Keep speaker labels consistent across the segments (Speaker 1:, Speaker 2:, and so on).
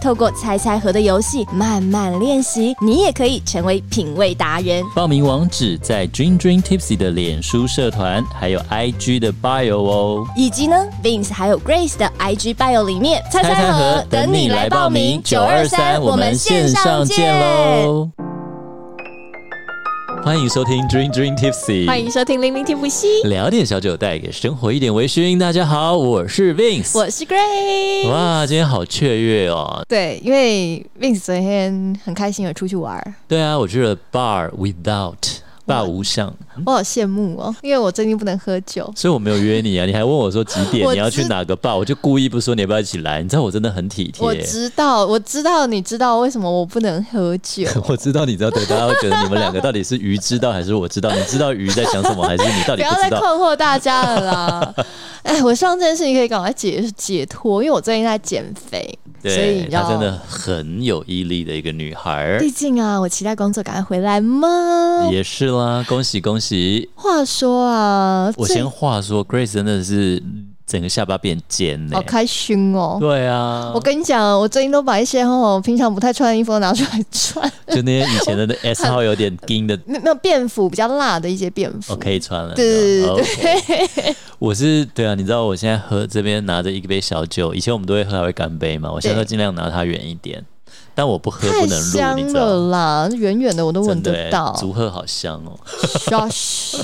Speaker 1: 透过猜猜盒的游戏慢慢练习，你也可以成为品味达人。
Speaker 2: 报名网址在 Dream Dream Tipsy 的脸书社团，还有 IG 的 bio 哦。
Speaker 1: 以及呢，Vince 还有 Grace 的 IG bio 里面，猜
Speaker 2: 猜猜盒等你来报名，九二三我们线上见！喽！欢迎收听 Dream Dream Tipsy，
Speaker 1: 欢迎收听《零零听不息》，
Speaker 2: 聊点小酒，带给生活一点微醺。大家好，我是 Vince，
Speaker 1: 我是 Grace。
Speaker 2: 哇，今天好雀跃哦！
Speaker 3: 对，因为 Vince 昨天很开心有出去玩儿，
Speaker 2: 对啊，我去了 Bar Without。大无相，
Speaker 3: 我好羡慕哦，因为我最近不能喝酒。
Speaker 2: 所以我没有约你啊！你还问我说几点
Speaker 3: 我
Speaker 2: 你要去
Speaker 3: 知
Speaker 2: 哪个 bar，我就故意不说你要不要一起来。你知道我真的很体贴，
Speaker 3: 我知道，我知道，你知道为什么我不能喝 酒？
Speaker 2: 我知道你知道，对，大家会觉得你们两个到底是鱼知道还是我知道？你知道鱼在想什么，还是你到
Speaker 3: 不
Speaker 2: 底
Speaker 3: 要
Speaker 2: 不
Speaker 3: 再
Speaker 2: 知
Speaker 3: 困
Speaker 2: 道？
Speaker 3: 惑大家了 啦！哎，我希望这件事情可以赶快解解脱，因为我最近在减肥，所以
Speaker 2: 对
Speaker 3: 你，知
Speaker 2: 她
Speaker 3: 道
Speaker 2: 真的很有毅力的一个女孩，
Speaker 3: 毕竟啊，我期待工作赶快回来嘛。
Speaker 2: 也是啦，恭喜恭喜！
Speaker 3: 话说啊，
Speaker 2: 我
Speaker 3: 最
Speaker 2: 先话说，Grace 真的是整个下巴变尖呢、
Speaker 3: 好开心哦！
Speaker 2: 对啊，
Speaker 3: 我跟你讲，我最近都把一些哦平常不太穿的衣服都拿出来穿，
Speaker 2: 就那些以前 的那 S 号有点硬的，
Speaker 3: 没有没有便服比较辣的一些便服。
Speaker 2: 我可以穿了。
Speaker 3: 对
Speaker 2: 你知道吗 OK 我是对啊，你知道我现在喝这边拿着一杯小酒，以前我们都会喝还会干杯嘛，我现在都
Speaker 3: 对
Speaker 2: 尽量拿它远一点，但我不喝
Speaker 3: 太
Speaker 2: 不能录，你
Speaker 3: 香
Speaker 2: 知道吗
Speaker 3: 了啦，远远的我都闻
Speaker 2: 真的
Speaker 3: 得
Speaker 2: 欸
Speaker 3: 到。
Speaker 2: 竹鹤好香哦。
Speaker 3: Shush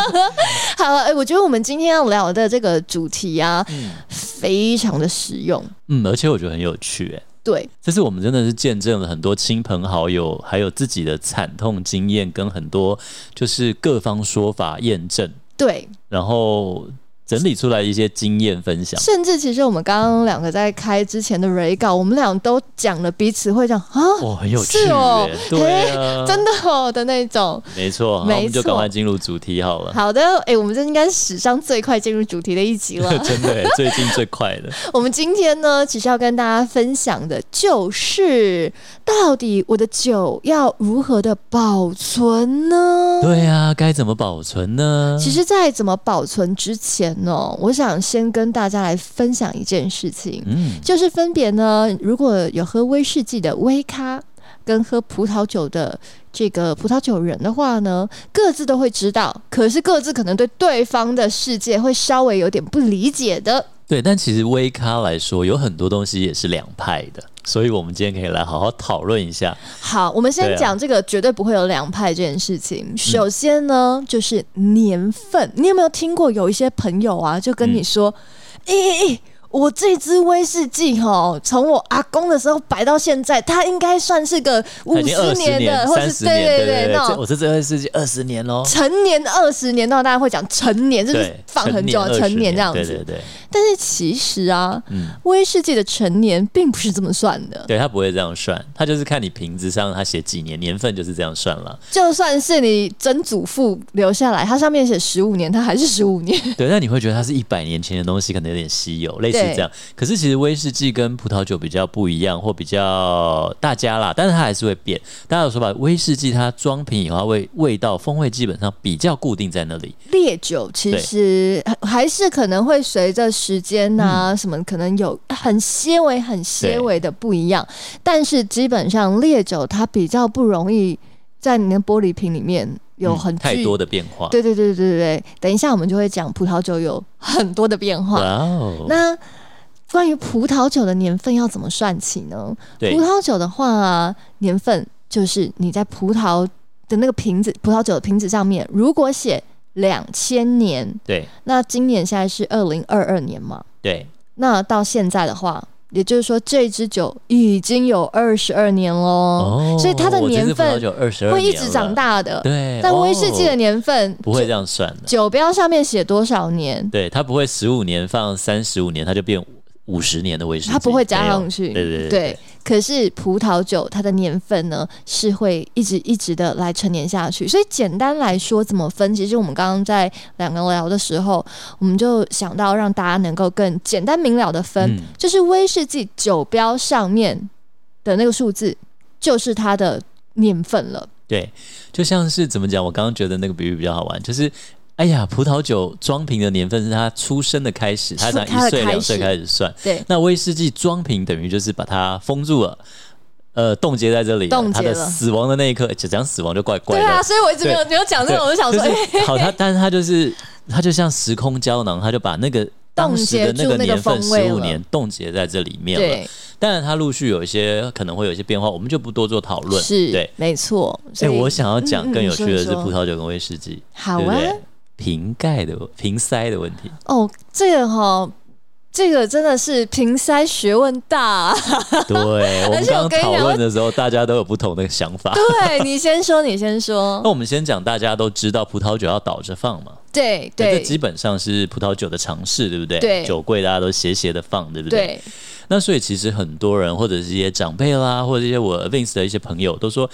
Speaker 3: 好了，哎、我觉得我们今天要聊的这个主题啊，非常的实用。
Speaker 2: 嗯，而且我觉得很有趣，哎，
Speaker 3: 对，
Speaker 2: 这次我们真的是见证了很多亲朋好友，还有自己的惨痛经验，跟很多就是各方说法验证，
Speaker 3: 对，
Speaker 2: 然后整理出来一些经验分享。
Speaker 3: 甚至其实我们刚刚两个在开之前的 re 稿，我们俩都讲了彼此会讲啊，
Speaker 2: 哦，很有趣
Speaker 3: 是
Speaker 2: 耶，
Speaker 3: 哦
Speaker 2: 对啊，
Speaker 3: 真的哦的那种。
Speaker 2: 没错，好，
Speaker 3: 没
Speaker 2: 我们就
Speaker 3: 错
Speaker 2: 赶快进入主题好了。。
Speaker 3: 好的，哎、我们这应该是史上最快进入主题的一集了
Speaker 2: 真的耶，最近最快的，
Speaker 3: 我们今天呢，其实要跟大家分享的就是，到底我的酒要如何的保存呢？
Speaker 2: 对啊，该怎么保存呢？
Speaker 3: 其实，在怎么保存之前呢，我想先跟大家来分享一件事情，
Speaker 2: 嗯，
Speaker 3: 就是分别呢，如果有喝威士忌的威咖，跟喝葡萄酒的这个葡萄酒人的话呢，各自都会知道，可是各自可能对对方的世界会稍微有点不理解的。
Speaker 2: 对，但其实微咖来说，有很多东西也是两派的，所以我们今天可以来好好讨论一下。
Speaker 3: 好，我们
Speaker 2: 对
Speaker 3: 先
Speaker 2: 啊嗯
Speaker 3: 讲这个绝对不会有两派这件事情。首先呢，就是年份，你有没有听过有一些朋友啊，就跟你说，
Speaker 2: 嗯
Speaker 3: 诶诶诶。我这支威士忌哈，从我阿公的时候摆到现在，它应该算是个五
Speaker 2: 已经二
Speaker 3: 十
Speaker 2: 十
Speaker 3: 的，
Speaker 2: 年、
Speaker 3: 或
Speaker 2: 三
Speaker 3: 是
Speaker 2: 十年，对
Speaker 3: 对
Speaker 2: 对，
Speaker 3: 那
Speaker 2: 这
Speaker 3: 种
Speaker 2: 我这这二十几二十年喽。
Speaker 3: 成年二十年，那大家会讲成年，就是
Speaker 2: 对，
Speaker 3: 放很久的成年
Speaker 2: 年
Speaker 3: 这样
Speaker 2: 对
Speaker 3: 子
Speaker 2: 对。对，
Speaker 3: 但是其实啊，
Speaker 2: 嗯，
Speaker 3: 威士忌的成年并不是这么算的，
Speaker 2: 对他不会这样算，他就是看你瓶子上他写几年年份就是这样算 了。
Speaker 3: 就算是你曾祖父留下来，它上面写十五年，它还是十五 年。
Speaker 2: 对，那你会觉得它是一百年前的东西，可能有点稀有，类似这样。可是其实威士忌跟葡萄酒比较不一样，或比较大家啦，但是它还是会变。大家有说法，威士忌它装瓶以后它味味道风味基本上比较固定在那里。
Speaker 3: 烈酒其实还是可能会随着时间呐、
Speaker 2: 嗯
Speaker 3: 什么可能有很些微、很些微的不一样，但是基本上烈酒它比较不容易在你的玻璃瓶里面有
Speaker 2: 嗯
Speaker 3: 很
Speaker 2: 太
Speaker 3: 巨
Speaker 2: 多的变化。
Speaker 3: 对对对对对对，等一下我们就会讲葡萄酒有很多的变
Speaker 2: 哇
Speaker 3: 化。
Speaker 2: 哦，
Speaker 3: 那关于葡萄酒的年份要怎么算起呢？
Speaker 2: 对
Speaker 3: 葡萄酒的话啊，年份就是你在葡萄的那个瓶子，葡萄酒的瓶子上面，如果写两千年，
Speaker 2: 对
Speaker 3: 那今年现在是二零二二年嘛，
Speaker 2: 对，
Speaker 3: 那到现在的话，也就是说这支酒已经有二十二年喽，
Speaker 2: 哦，
Speaker 3: 所以它的
Speaker 2: 我这
Speaker 3: 年
Speaker 2: 支葡萄
Speaker 3: 份
Speaker 2: 酒二十二
Speaker 3: 会一直长。大的。
Speaker 2: 对，
Speaker 3: 但威士忌的
Speaker 2: 哦
Speaker 3: 年份、
Speaker 2: 不会这样算的。
Speaker 3: 酒标上面写多少年，
Speaker 2: 对，它不会十五年放三十五年，它就变五十年的威士忌，
Speaker 3: 它不会加上
Speaker 2: 没
Speaker 3: 去，
Speaker 2: 有对对对
Speaker 3: 可是葡萄酒它的年份呢是会一直一直的来陈年下去，所以简单来说怎么分，其实我们刚刚在两个人聊的时候，我们就想到让大家能够更简单明了的分，
Speaker 2: 嗯
Speaker 3: 就是威士忌酒标上面的那个数字就是它的年份了。
Speaker 2: 对，就像是怎么讲，我刚刚觉得那个比喻比较好玩，就是。哎呀，葡萄酒装瓶的年份是它出生的开始，它
Speaker 3: 是
Speaker 2: 从
Speaker 3: 它
Speaker 2: 一
Speaker 3: 的
Speaker 2: 岁、
Speaker 3: 开
Speaker 2: 两岁
Speaker 3: 始
Speaker 2: 开始算。
Speaker 3: 对，
Speaker 2: 那威士忌装瓶等于就是把它封住了，呃，冻结在这里了，
Speaker 3: 冻结
Speaker 2: 它的
Speaker 3: 了
Speaker 2: 死亡的那一刻，就讲死亡就怪怪
Speaker 3: 对
Speaker 2: 的。
Speaker 3: 啊，所以我一直没有
Speaker 2: 对
Speaker 3: 没有讲这个，我就想说，哎、
Speaker 2: 就是、好，它但是它就是它就像时空胶囊，它就把那个当时的
Speaker 3: 冻结
Speaker 2: 那
Speaker 3: 住
Speaker 2: 个
Speaker 3: 那个
Speaker 2: 年份
Speaker 3: 风
Speaker 2: 十
Speaker 3: 味
Speaker 2: 五
Speaker 3: 了
Speaker 2: 年冻结在这里面了。
Speaker 3: 对，
Speaker 2: 当然，它陆续有一些可能会有一些变化，我们就不多做讨论。
Speaker 3: 是，
Speaker 2: 对。
Speaker 3: 没错。
Speaker 2: 哎、
Speaker 3: 所以
Speaker 2: 我想要讲更有趣的
Speaker 3: 嗯嗯你
Speaker 2: 是
Speaker 3: 说你说
Speaker 2: 葡萄酒跟威士忌，
Speaker 3: 好
Speaker 2: 对不
Speaker 3: 啊，
Speaker 2: 对？瓶盖的瓶塞的问题，
Speaker 3: 哦，这个哈，这个真的是瓶塞学问大、
Speaker 2: 对我
Speaker 3: 而
Speaker 2: 们
Speaker 3: 且我
Speaker 2: 刚刚
Speaker 3: 跟你
Speaker 2: 讨
Speaker 3: 讲
Speaker 2: 论的时候，大家都有不同的想 法。
Speaker 3: 对你先说，你先说
Speaker 2: 那。我们先讲，大家都知道葡萄酒要倒着放嘛，
Speaker 3: 对
Speaker 2: 那
Speaker 3: 对
Speaker 2: 这基本上是葡萄酒的常识，对不对？
Speaker 3: 对
Speaker 2: 酒柜大家都斜斜的放，对不对？
Speaker 3: 对，
Speaker 2: 那所以其实很多人或者是一些长辈啦，或者一些我 Vince 的一些朋友都说，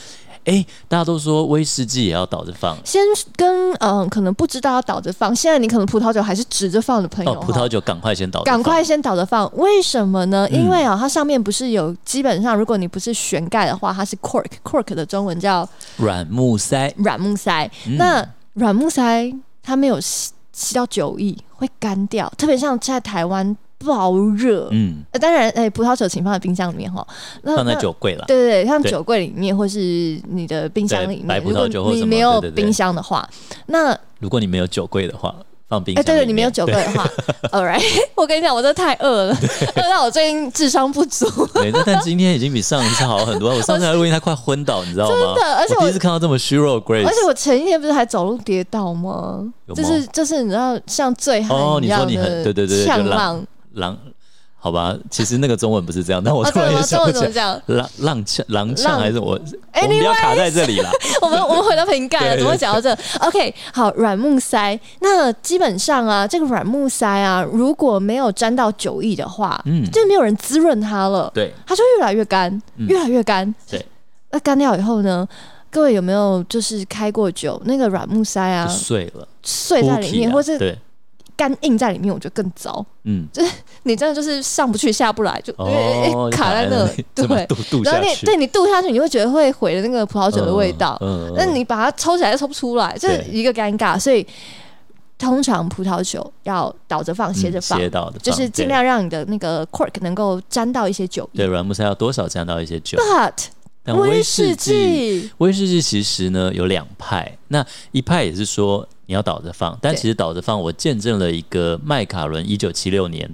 Speaker 2: 哎、大家都说威士忌也要倒着放。
Speaker 3: 先跟嗯、可能不知道要倒着放，现在你可能葡萄酒还是直着放的朋友
Speaker 2: 哦，
Speaker 3: 哈，
Speaker 2: 葡萄酒赶快先倒着放，
Speaker 3: 赶快先倒着放，为什么呢？因为啊，它上面不是有，基本上如果你不是悬盖的话，它是 cork，cork 的中文叫
Speaker 2: 软木塞。
Speaker 3: 软木塞。那软木塞它没有吸吸到酒液，会干掉，特别像在台湾爆热，
Speaker 2: 嗯，
Speaker 3: 呃，当然，哎、葡萄酒请放在冰箱里面哈，那
Speaker 2: 放在。
Speaker 3: 那
Speaker 2: 酒柜啦。
Speaker 3: 对对对，像
Speaker 2: 对
Speaker 3: 酒柜里面，或是你的冰箱里
Speaker 2: 白
Speaker 3: 面，
Speaker 2: 葡
Speaker 3: 如
Speaker 2: 萄
Speaker 3: 果
Speaker 2: 酒或什
Speaker 3: 你
Speaker 2: 么
Speaker 3: 没有
Speaker 2: 对对对
Speaker 3: 冰箱的话，那
Speaker 2: 如果你没有酒柜的话，放冰
Speaker 3: 哎，
Speaker 2: 箱。
Speaker 3: 对对，你没有酒柜 的话，All right，我 跟你讲，我真的太饿了，饿到我最近智商不足，
Speaker 2: 对，但但今天已经比上一次好很多。我上次还录音，他快昏倒，你知道吗？
Speaker 3: 真的而且我
Speaker 2: 我第一次看到这么虚弱的 Grace。
Speaker 3: 而且我前一天不是还走路跌倒吗？
Speaker 2: 有吗
Speaker 3: 就是就是，你知道像醉
Speaker 2: 哦
Speaker 3: 汉一
Speaker 2: 你说
Speaker 3: 样
Speaker 2: 你很
Speaker 3: 的
Speaker 2: 对对对对就
Speaker 3: 呛
Speaker 2: 浪
Speaker 3: 浪，
Speaker 2: 狼，好吧，其实那个中文不是这样，但我
Speaker 3: 啊，
Speaker 2: 突
Speaker 3: 对
Speaker 2: 然
Speaker 3: 吗？
Speaker 2: 也
Speaker 3: 中
Speaker 2: 想不
Speaker 3: 文
Speaker 2: 起
Speaker 3: 怎么
Speaker 2: 来。
Speaker 3: 讲？
Speaker 2: 狼浪呛狼呛
Speaker 3: 浪
Speaker 2: 还是我，
Speaker 3: 哎
Speaker 2: 我们不要
Speaker 3: anyway
Speaker 2: 卡在这里啦。
Speaker 3: 我们我们回到瓶盖了，
Speaker 2: 对
Speaker 3: 怎么会讲到这？OK，好，软木塞。那基本上啊，这个软木塞啊，如果没有沾到酒液的话，
Speaker 2: 嗯
Speaker 3: 就没有人滋润它了，
Speaker 2: 对，
Speaker 3: 它就越来越干，
Speaker 2: 嗯
Speaker 3: 越来越干。
Speaker 2: 对，
Speaker 3: 那干掉以后呢？各位有没有就是开过酒，那个软木塞啊
Speaker 2: 就碎了，
Speaker 3: 碎在里
Speaker 2: Cookie
Speaker 3: 面，
Speaker 2: 啊
Speaker 3: 或是
Speaker 2: 对，
Speaker 3: 干硬在里面，我觉得更糟。
Speaker 2: 嗯，
Speaker 3: 你真的就是上不去下不来，就、
Speaker 2: 哦，
Speaker 3: 卡在
Speaker 2: 那
Speaker 3: 那
Speaker 2: 里，， 这么
Speaker 3: 对。
Speaker 2: 渡渡
Speaker 3: 然
Speaker 2: 下
Speaker 3: 后你
Speaker 2: 去，
Speaker 3: 对你渡下去，你会觉得会毁了那个葡萄酒的味道。
Speaker 2: 嗯，嗯
Speaker 3: 那你把它抽起来又抽不出来，这是
Speaker 2: 对
Speaker 3: 一个尴尬。所以通常葡萄酒要倒着放、斜着放，
Speaker 2: 嗯斜倒的放，
Speaker 3: 就是尽量让你的那个 cork 能够沾到一些酒
Speaker 2: 对对
Speaker 3: 液。
Speaker 2: 软木塞要多少沾到一些酒，
Speaker 3: But
Speaker 2: 但
Speaker 3: 威
Speaker 2: 威
Speaker 3: 士
Speaker 2: 士忌。
Speaker 3: 忌
Speaker 2: 威士忌其实呢有两派，那一派也是说你要倒着放，但
Speaker 3: 对
Speaker 2: 其实倒着放，我见证了一个麦卡伦一九七六年，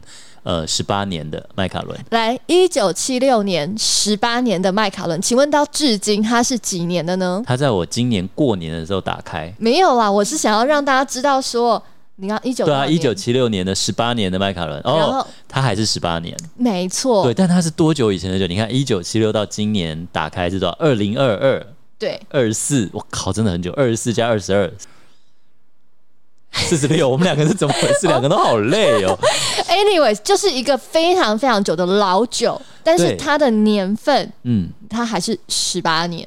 Speaker 2: 呃，十八年的麦卡伦，
Speaker 3: 来，一九七六年十八年的麦卡伦，请问到至今它是几年的呢？
Speaker 2: 他在我今年过年的时候打开。
Speaker 3: 没有啦，我是想要让大家知道说，你看一九
Speaker 2: 对啊，一九七六年的十八年的麦卡伦，
Speaker 3: 然
Speaker 2: 哦
Speaker 3: 后，
Speaker 2: 他还是十八年，
Speaker 3: 没错
Speaker 2: 对，，但他是多久以前的酒？你看，一九七六到今年打开是多少？二零二二、
Speaker 3: 对，
Speaker 2: 二十四，我靠，真的很久，二十四加二十二，四十六。我们两个是怎么回事？两个都好累哦。
Speaker 3: Anyways，就是一个非常非常久的老酒，但是
Speaker 2: 对
Speaker 3: 它的年份
Speaker 2: 嗯，
Speaker 3: 它还是十八年。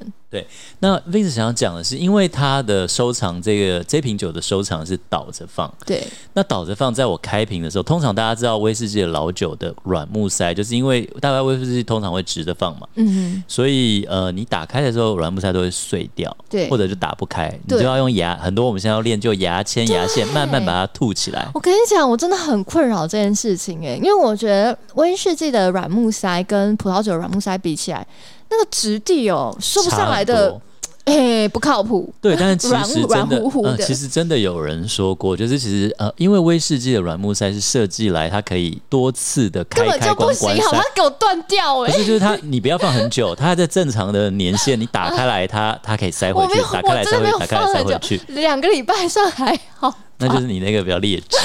Speaker 2: 那 Vince 想要讲的是，因为他的收藏这个这瓶酒的收藏是倒着放，
Speaker 3: 对，
Speaker 2: 那倒着放，在我开瓶的时候，通常大家知道威士忌的老酒的软木塞，就是因为大概威士忌通常会直着放嘛，
Speaker 3: 嗯，
Speaker 2: 所以呃，你打开的时候软木塞都会碎掉，
Speaker 3: 对
Speaker 2: 或者就打不开，你
Speaker 3: 对
Speaker 2: 就要用牙，很多我们现在要练就牙签、牙线，慢慢把它吐起来。
Speaker 3: 我跟你讲，我真的很困扰这件事情欸诶、因为我觉得威士忌的软木塞跟葡萄酒的软木塞比起来，那个质地哦、说不上来
Speaker 2: 差很
Speaker 3: 的
Speaker 2: 多，
Speaker 3: 诶、不靠谱。
Speaker 2: 对，但是其
Speaker 3: 软
Speaker 2: 实
Speaker 3: 软
Speaker 2: 真的，
Speaker 3: 乎乎
Speaker 2: 呃，
Speaker 3: 的
Speaker 2: 其实真的有人说过，就是其实呃，因为威士忌的软木塞是设计来它可以多次的开
Speaker 3: 根本
Speaker 2: 开
Speaker 3: 就不
Speaker 2: 关
Speaker 3: 行，
Speaker 2: 关
Speaker 3: 好
Speaker 2: 塞
Speaker 3: 吧，，给我断掉欸
Speaker 2: 不
Speaker 3: 诶、
Speaker 2: 是，就是它，你不要放很久，它在正常的年限，你打开来，它它可以塞回
Speaker 3: 我没
Speaker 2: 去
Speaker 3: 有，，
Speaker 2: 打开来
Speaker 3: 我真
Speaker 2: 塞
Speaker 3: 的
Speaker 2: 回
Speaker 3: 没有，
Speaker 2: 去打开来
Speaker 3: 放
Speaker 2: 塞
Speaker 3: 很
Speaker 2: 回
Speaker 3: 久
Speaker 2: 去，，
Speaker 3: 两个礼拜算还 好。
Speaker 2: 那就是你那个比较劣质。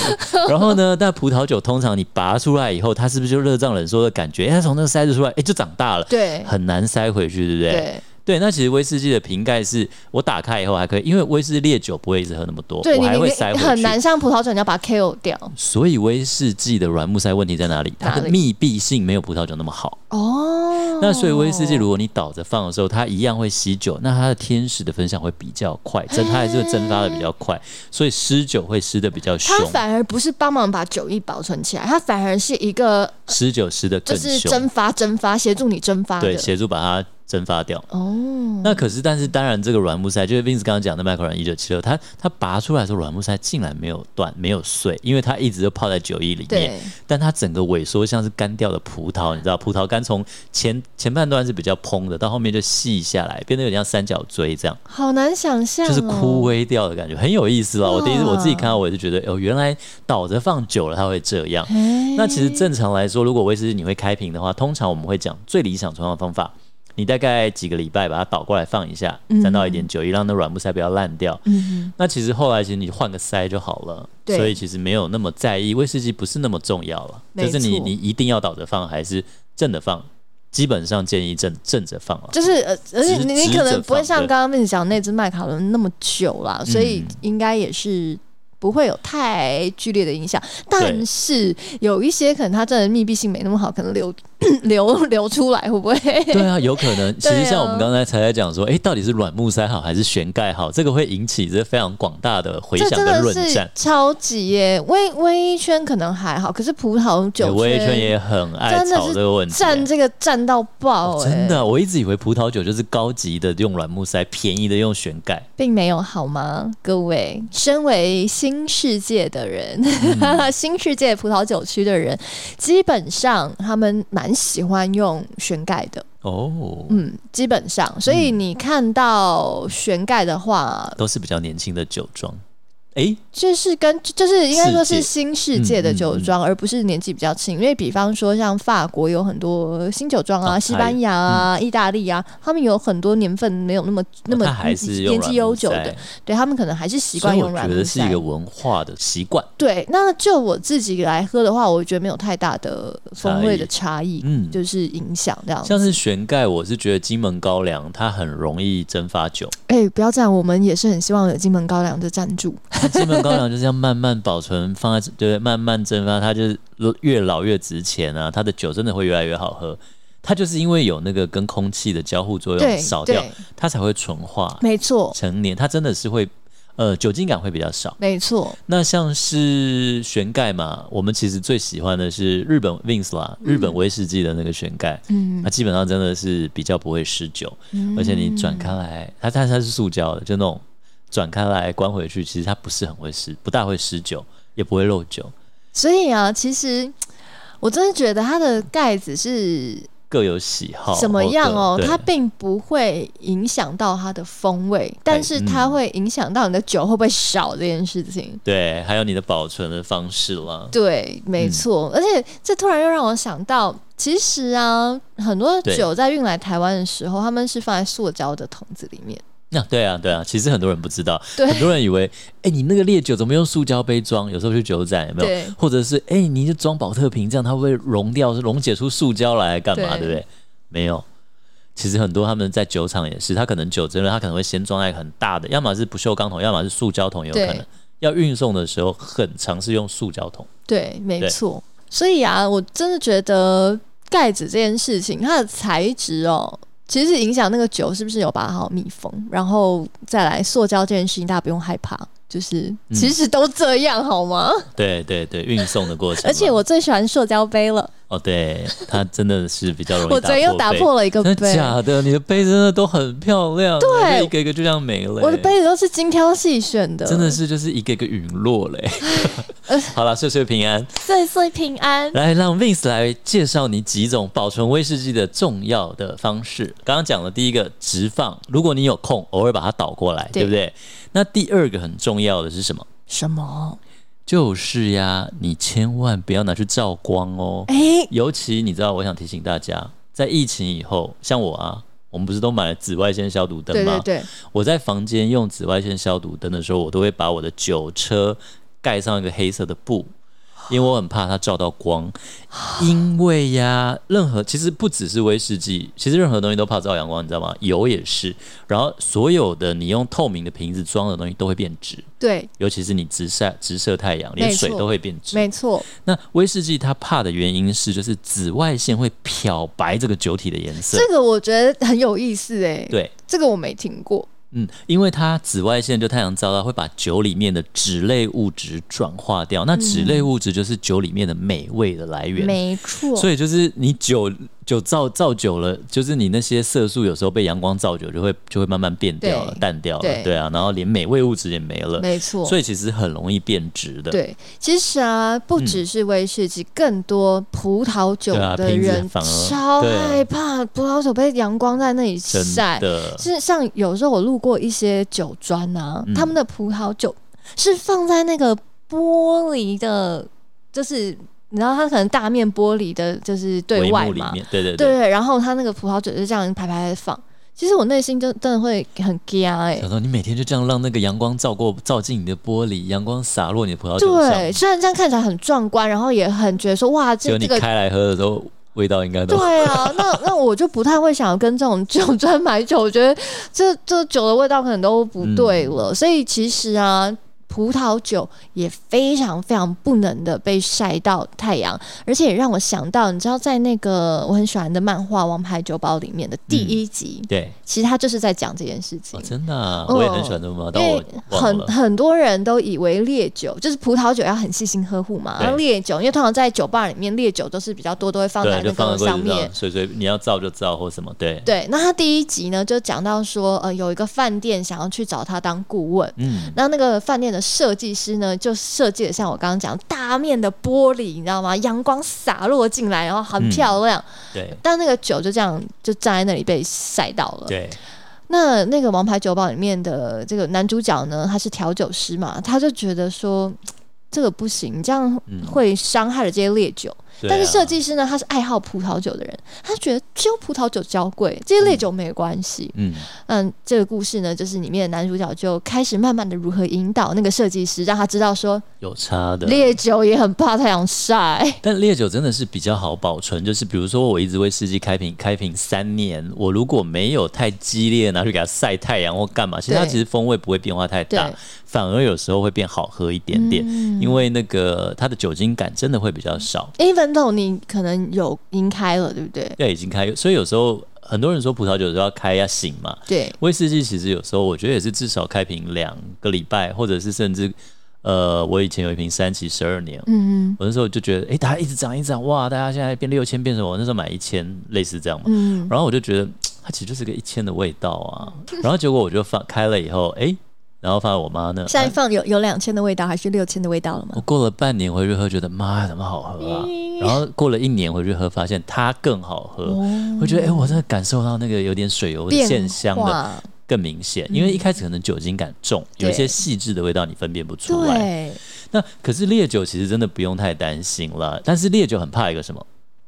Speaker 2: 然后呢，但葡萄酒通常你拔出来以后，它是不是就热胀冷缩的感觉？哎它从那个塞子出来，哎，就长大了，
Speaker 3: 对
Speaker 2: 很难塞回去，对不对？
Speaker 3: 对，
Speaker 2: 对，那其实威士忌的瓶盖是我打开以后还可以，因为威士忌烈酒不会一直喝那么多，
Speaker 3: 对
Speaker 2: 我
Speaker 3: 你
Speaker 2: 还
Speaker 3: 你
Speaker 2: 会塞
Speaker 3: 你
Speaker 2: 回去。
Speaker 3: 很难像葡萄酒你要把它 KO 掉
Speaker 2: 所以威士忌的软木塞问题在哪里？它
Speaker 3: 哪
Speaker 2: 的
Speaker 3: 里
Speaker 2: 密闭性没有葡萄酒那么好。
Speaker 3: 哦。
Speaker 2: 那所以威士忌，如果你倒着放的时候，它一样会吸酒，那它的天使的分享会比较快，蒸它还是会蒸发的比较快，所以湿酒会湿的比较凶
Speaker 3: 它，反而不是帮忙把酒液保存起来，它反而是一个
Speaker 2: 湿酒湿的
Speaker 3: 就
Speaker 2: 更
Speaker 3: 是蒸
Speaker 2: 凶，
Speaker 3: 发蒸发，协助你蒸发
Speaker 2: 对，
Speaker 3: 的。
Speaker 2: 协助把它蒸发掉。
Speaker 3: 哦，
Speaker 2: 那可是，但是当然，这个软木塞就是 Vince 刚刚讲的麦克软一九七六，它它拔出来的时候，软木塞竟然没有断，没有碎，因为它一直都泡在酒液里面
Speaker 3: 对。
Speaker 2: 但它整个萎缩像是干掉的葡萄，你知道，葡萄干从前前半段是比较蓬的，到后面就细下来，变得有点像三角锥这样，
Speaker 3: 好难想象、哦，
Speaker 2: 就是欸枯萎掉的感觉，很有意思哦。我
Speaker 3: 嗯
Speaker 2: 第一次我自己看到，我就觉得，哦，原来倒着放久了它会这样。
Speaker 3: 哎。
Speaker 2: 那其实正常来说，如果威士忌你会开瓶的话，通常我们会讲最理想存放方法，你大概几个礼拜把它倒过来放一下，沾到一点酒液，让那软木塞不要烂掉。
Speaker 3: 嗯
Speaker 2: 那其实后来其实你换个塞就好了，
Speaker 3: 对
Speaker 2: 所以其实没有那么在意，威士忌不是那么重要了。
Speaker 3: 没
Speaker 2: 就
Speaker 3: 错
Speaker 2: 是你你一定要倒着放还是正着放，基本上建议正正着放了
Speaker 3: 哼，。就是呃，而且
Speaker 2: 直
Speaker 3: 你你
Speaker 2: 直
Speaker 3: 可
Speaker 2: 着
Speaker 3: 能不会
Speaker 2: 放
Speaker 3: 像
Speaker 2: 对
Speaker 3: 刚刚跟你讲那只麦卡伦那么久啦，所以
Speaker 2: 嗯
Speaker 3: 应该也是。不会有太剧烈的影响，但是有一些可能它真的密闭性没那么好，可能流 流流出来会不会？
Speaker 2: 对啊，有可 能。其
Speaker 3: 对啊
Speaker 2: 实像我们刚才才在讲说，诶，到底是软木塞好还是悬盖好？这个会引起这非常广大的回
Speaker 3: 这
Speaker 2: 响
Speaker 3: 真
Speaker 2: 跟
Speaker 3: 的
Speaker 2: 论战
Speaker 3: 是。超级耶！微微圈可能还好，可是葡萄酒
Speaker 2: 对我也圈也很爱
Speaker 3: 真的
Speaker 2: 吵
Speaker 3: 是
Speaker 2: 这个问题、啊哦
Speaker 3: 站这个站到爆、哎，
Speaker 2: 真的，我一直以为葡萄酒就是高级的用软木塞，便宜的用悬盖。
Speaker 3: 并没有好吗？各位，身为新世界的人，
Speaker 2: 嗯
Speaker 3: 新世界葡萄酒区的人，基本上他们蛮喜欢用悬盖的，
Speaker 2: 哦，
Speaker 3: 嗯，基本上，所以你看到悬盖的话，
Speaker 2: 都是比较年轻的酒庄。诶，
Speaker 3: 就是跟就是应该说
Speaker 2: 世
Speaker 3: 是
Speaker 2: 界嗯
Speaker 3: 新世界的酒庄，而不是年纪比较轻。因为比方说像法国有很多新酒庄啊，
Speaker 2: 哦
Speaker 3: 西班牙啊、意大利啊，他们有很多年份没有那么那么
Speaker 2: 它哦还是用
Speaker 3: 年
Speaker 2: 软
Speaker 3: 纪
Speaker 2: 木
Speaker 3: 悠久
Speaker 2: 塞
Speaker 3: 的，，对他们可能还是习
Speaker 2: 所
Speaker 3: 惯
Speaker 2: 以
Speaker 3: 用
Speaker 2: 我
Speaker 3: 软
Speaker 2: 觉
Speaker 3: 木
Speaker 2: 得是一
Speaker 3: 塞哦
Speaker 2: 个。文化的习惯。
Speaker 3: 对，那就我自己来喝的话，我觉得没有太大的风味的差异，
Speaker 2: 嗯，
Speaker 3: 就是影响这样。
Speaker 2: 像是悬盖，我是觉得金门高粱它很容易蒸发酒。
Speaker 3: 哎、不要这样，我们也是很希望有金门高粱的赞助。
Speaker 2: 那金门高粱就是要慢慢保存，放在对慢慢蒸发，它就是越老越值钱啊，它的酒真的会越来越好喝。它就是因为有那个跟空气的交互作
Speaker 3: 对
Speaker 2: 用啊少掉
Speaker 3: 对，，
Speaker 2: 它才会纯化
Speaker 3: 没错，
Speaker 2: 成年，它真的是会呃酒精感会比较少。
Speaker 3: 没错，
Speaker 2: 那像是悬盖嘛，我们其实最喜欢的是日本 Vins 啦，日本威士忌的那个悬盖，
Speaker 3: 嗯
Speaker 2: 它，基本上真的是比较不会失酒，而且你转开来，它它它是塑胶的，就那种转开来关回去，其实它不是很会失，不大会失酒，也不会漏酒，
Speaker 3: 所以啊，其实我真的觉得它的盖子是
Speaker 2: 各有喜好。
Speaker 3: 什么样哦，
Speaker 2: 对
Speaker 3: 它并不会影响到它的风味，但
Speaker 2: 哎嗯
Speaker 3: 是它会影响到你的酒会不会少这件事情。
Speaker 2: 对，还有你的保存的方式啦，
Speaker 3: 对，没错，
Speaker 2: 嗯
Speaker 3: 而且这突然又让我想到，其实啊，很多
Speaker 2: 对
Speaker 3: 酒在运来台湾的时候，他们是放在塑胶的桶子里面。
Speaker 2: 那、对啊，对啊，其实很多人不知道，
Speaker 3: 对
Speaker 2: 很多人以为，哎、你那个烈酒怎么用塑胶杯装？有时候去酒展有没
Speaker 3: 对
Speaker 2: 有？或者是，哎、你就装保特瓶，这样它会溶掉，溶解出塑胶来干嘛？
Speaker 3: 对
Speaker 2: 对不对？没有。其实很多他们在酒厂也是，他可能酒真的，他可能会先装在很大的，要么是不锈钢桶，要么是塑胶桶，有可
Speaker 3: 对
Speaker 2: 能。要运送的时候，很常是用塑胶桶。
Speaker 3: 对，没错。所以啊，我真的觉得盖子这件事情，它的材质哦，其实影响那个酒是不是有把它好密封，然后再来塑胶这件事情，大家不用害怕，就是其
Speaker 2: 嗯
Speaker 3: 实都这样好吗？
Speaker 2: 对对对，运送的过程嘛。
Speaker 3: 而且我最喜欢塑胶杯了，
Speaker 2: 哦，对，它真的是比较容易。
Speaker 3: 我昨天又打破了一个
Speaker 2: 真的
Speaker 3: 杯。
Speaker 2: 假的？你的杯真的都很漂亮，
Speaker 3: 哦对
Speaker 2: 欸就一个一个就这样没了、欸
Speaker 3: 我的杯子都是精挑细选的，
Speaker 2: 真的是就是一个一个陨落嘞、 好了，岁岁平安。
Speaker 3: 岁岁平安。
Speaker 2: 来，让 Vince 来介绍你几种保存威士忌的重要的方式。刚刚讲了第一个直放，如果你有空，偶尔把它倒过来，
Speaker 3: 对
Speaker 2: 对不对？那第二个很重要的是什么？
Speaker 3: 什么？
Speaker 2: 就是呀，你千万不要拿去照光哦。
Speaker 3: 哎、
Speaker 2: 尤其你知道，我想提醒大家，在疫情以后，像我啊，我们不是都买了紫外线消毒灯
Speaker 3: 对
Speaker 2: 吗？
Speaker 3: 对对，
Speaker 2: 我在房间用紫外线消毒灯的时候，我都会把我的酒车盖上一个黑色的布，因为我很怕它照到光。
Speaker 3: 啊
Speaker 2: 因为呀，任何其实不只是威士忌，其实任何东西都怕照阳光，你知道吗？油也是。然后所有的你用透明的瓶子装的东西都会变直，
Speaker 3: 对，
Speaker 2: 尤其是你直晒直射太阳，连
Speaker 3: 没
Speaker 2: 水
Speaker 3: 错
Speaker 2: 都会变直。
Speaker 3: 没错，
Speaker 2: 那威士忌它怕的原因是，就是紫外线会漂白这个酒体的颜色。
Speaker 3: 这个我觉得很有意思哎、
Speaker 2: 对，
Speaker 3: 这个我没听过，
Speaker 2: 嗯，因为它紫外线就太阳照到，会把酒里面的脂类物质转化掉。那脂类物质就是酒里面的美味的来
Speaker 3: 嗯
Speaker 2: 源。
Speaker 3: 没错，
Speaker 2: 所以就是你酒酒造造久了，就是你那些色素有时候被阳光照久，就会就会慢慢变掉了、
Speaker 3: 对
Speaker 2: 淡掉了，
Speaker 3: 对
Speaker 2: 对啊，然后连美味物质也没了，
Speaker 3: 没错，
Speaker 2: 所以其实很容易变质的。嗯
Speaker 3: 对，其实啊，不只是威士忌，更多葡萄酒
Speaker 2: 对啊
Speaker 3: 的
Speaker 2: 瓶子
Speaker 3: 人、
Speaker 2: 反而
Speaker 3: 超
Speaker 2: 对
Speaker 3: 害怕葡萄酒被阳光在那里
Speaker 2: 真
Speaker 3: 晒。
Speaker 2: 的，
Speaker 3: 是像有时候我路过一些酒庄啊，
Speaker 2: 嗯
Speaker 3: 他们的葡萄酒是放在那个玻璃的，就是你知道，它可能大面玻璃的，就是对
Speaker 2: 帷
Speaker 3: 外
Speaker 2: 幕里
Speaker 3: 嘛，
Speaker 2: 面，对对
Speaker 3: 对对。然后它那个葡萄酒就这样排排地放。其实我内心就真的会很惊哎、
Speaker 2: 小时候你每天就这样让那个阳光照过照进你的玻璃，阳光洒落你的葡萄酒上，
Speaker 3: 对，虽然这样看起来很壮观，然后也很觉得说哇，
Speaker 2: 结果
Speaker 3: 这
Speaker 2: 你
Speaker 3: 这个
Speaker 2: 开来喝的时候，味道应该都
Speaker 3: 对啊，那那我就不太会想要跟这种酒专买酒，我觉得这这酒的味道可能都不
Speaker 2: 嗯
Speaker 3: 对了。所以其实啊，葡萄酒也非常非常不能的被晒到太阳，而且也让我想到，你知道在那个我很喜欢的漫画《王牌酒保》里面的
Speaker 2: 嗯
Speaker 3: 第一集，
Speaker 2: 对
Speaker 3: 其实他就是在讲这件事情。
Speaker 2: 哦，真的啊、
Speaker 3: 嗯
Speaker 2: 我也很喜欢这么，但
Speaker 3: 因
Speaker 2: 我
Speaker 3: 为
Speaker 2: 忘
Speaker 3: 很
Speaker 2: 了。
Speaker 3: 很多人都以为烈酒就是葡萄酒要很细心呵护嘛，
Speaker 2: 对
Speaker 3: 然后烈酒因为通常在酒吧里面烈酒都是比较多，都会放在
Speaker 2: 对，就
Speaker 3: 那
Speaker 2: 放
Speaker 3: 个
Speaker 2: 在
Speaker 3: 上
Speaker 2: 柜子
Speaker 3: 面
Speaker 2: 上，，所以所以你要照就照或什么，对，
Speaker 3: 对，那他第一集呢就讲到说，呃，有一个饭店想要去找他当顾问，
Speaker 2: 嗯，
Speaker 3: 那那个饭店的设计师呢就设计的像我刚刚讲大面的玻璃，你知道吗？阳光洒落进来，然后很
Speaker 2: 嗯
Speaker 3: 漂亮，
Speaker 2: 对
Speaker 3: 但那个酒就这样就站在那里被晒到了。
Speaker 2: 对，
Speaker 3: 那那个《王牌酒保》里面的这个男主角呢，他是调酒师嘛，他就觉得说。嘖这个不行，这样
Speaker 2: 嗯
Speaker 3: 会伤害了这些烈酒。
Speaker 2: 对
Speaker 3: 但是
Speaker 2: 啊
Speaker 3: 设计师呢，他是爱好葡萄酒的人，他觉得只有葡萄酒娇贵，这些烈酒没关系。
Speaker 2: 嗯，
Speaker 3: 嗯，这个故事呢，就是里面的男主角就开始慢慢的如何引导那个设计师，让他知道说
Speaker 2: 有差的。
Speaker 3: 烈酒也很怕太阳晒。
Speaker 2: 但烈酒真的是比较好保存，就是比如说我一直威士忌开瓶开瓶三年，我如果没有太激烈拿去给它晒太阳或干嘛，其实它
Speaker 3: 对
Speaker 2: 其实风味不会变化太大
Speaker 3: 对，嗯
Speaker 2: 反而有时候会变好喝一点点，因为那个它的酒精感真的会比较少。
Speaker 3: even though 你可能有晕开了，对不对？
Speaker 2: 要已经开，所以有时候很多人说葡萄酒都要开要醒嘛，
Speaker 3: 对，
Speaker 2: 威士忌其实有时候我觉得也是至少开瓶两个礼拜，或者是甚至呃，我以前有一瓶三期十二年，
Speaker 3: 嗯
Speaker 2: 我那时候就觉得，诶，大家一直涨一直涨，哇，大家现在变六千变什么？我那时候买一千，类似这样嘛。
Speaker 3: 嗯，
Speaker 2: 然后我就觉得嘖它其实就是个一千的味道啊。 然后结果我就放开了以后，诶，然后放在我妈那，
Speaker 3: 下一
Speaker 2: 啊
Speaker 3: 放有有两千的味道还是六千的味道了吗
Speaker 2: 我？过了半年回去喝，觉得妈怎么好喝啊？然后过了一年回去喝，发现它更好喝。我觉得，诶，我真的感受到那个有点水油
Speaker 3: 哦变
Speaker 2: 现香的
Speaker 3: 化
Speaker 2: 更明显，因为一开始可能酒精感重，有一些
Speaker 3: 嗯对
Speaker 2: 细致的味道你分辨不出来。
Speaker 3: 对，
Speaker 2: 那可是烈酒其实真的不用太担心了，但是烈酒很怕一个什么？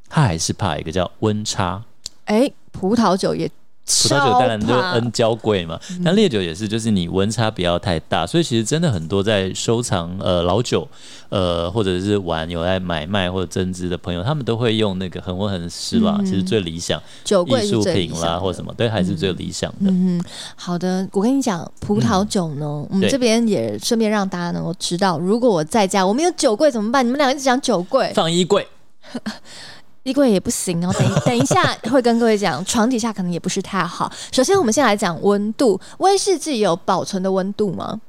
Speaker 2: 它还是怕一个叫温差，
Speaker 3: 哎，葡萄酒也
Speaker 2: 葡
Speaker 3: 葡
Speaker 2: 萄酒当然都 N 交贵嘛，
Speaker 3: 嗯
Speaker 2: 但烈酒也是，就是你温差不要太大，所以其实真的很多在收藏呃老酒，呃或者是玩有在买卖或者增值的朋友，他们都会用那个恒温恒湿啦，
Speaker 3: 嗯
Speaker 2: 其实最理想
Speaker 3: 酒柜
Speaker 2: 艺
Speaker 3: 是
Speaker 2: 术
Speaker 3: 最理
Speaker 2: 品
Speaker 3: 想
Speaker 2: 啦
Speaker 3: 的
Speaker 2: 或什么，对，还是最理想的。
Speaker 3: 嗯哼，好的，我跟你讲，葡萄酒呢，我们
Speaker 2: 对
Speaker 3: 这边也顺便让大家能够知道，如果我在家我没有酒柜怎么办？你们俩一直讲酒柜，
Speaker 2: 放衣柜，
Speaker 3: 衣柜也不行哦。等一 等一下会跟各位讲，床底下可能也不是太好。首先，我们先来讲温度，威士忌有保存的温度吗？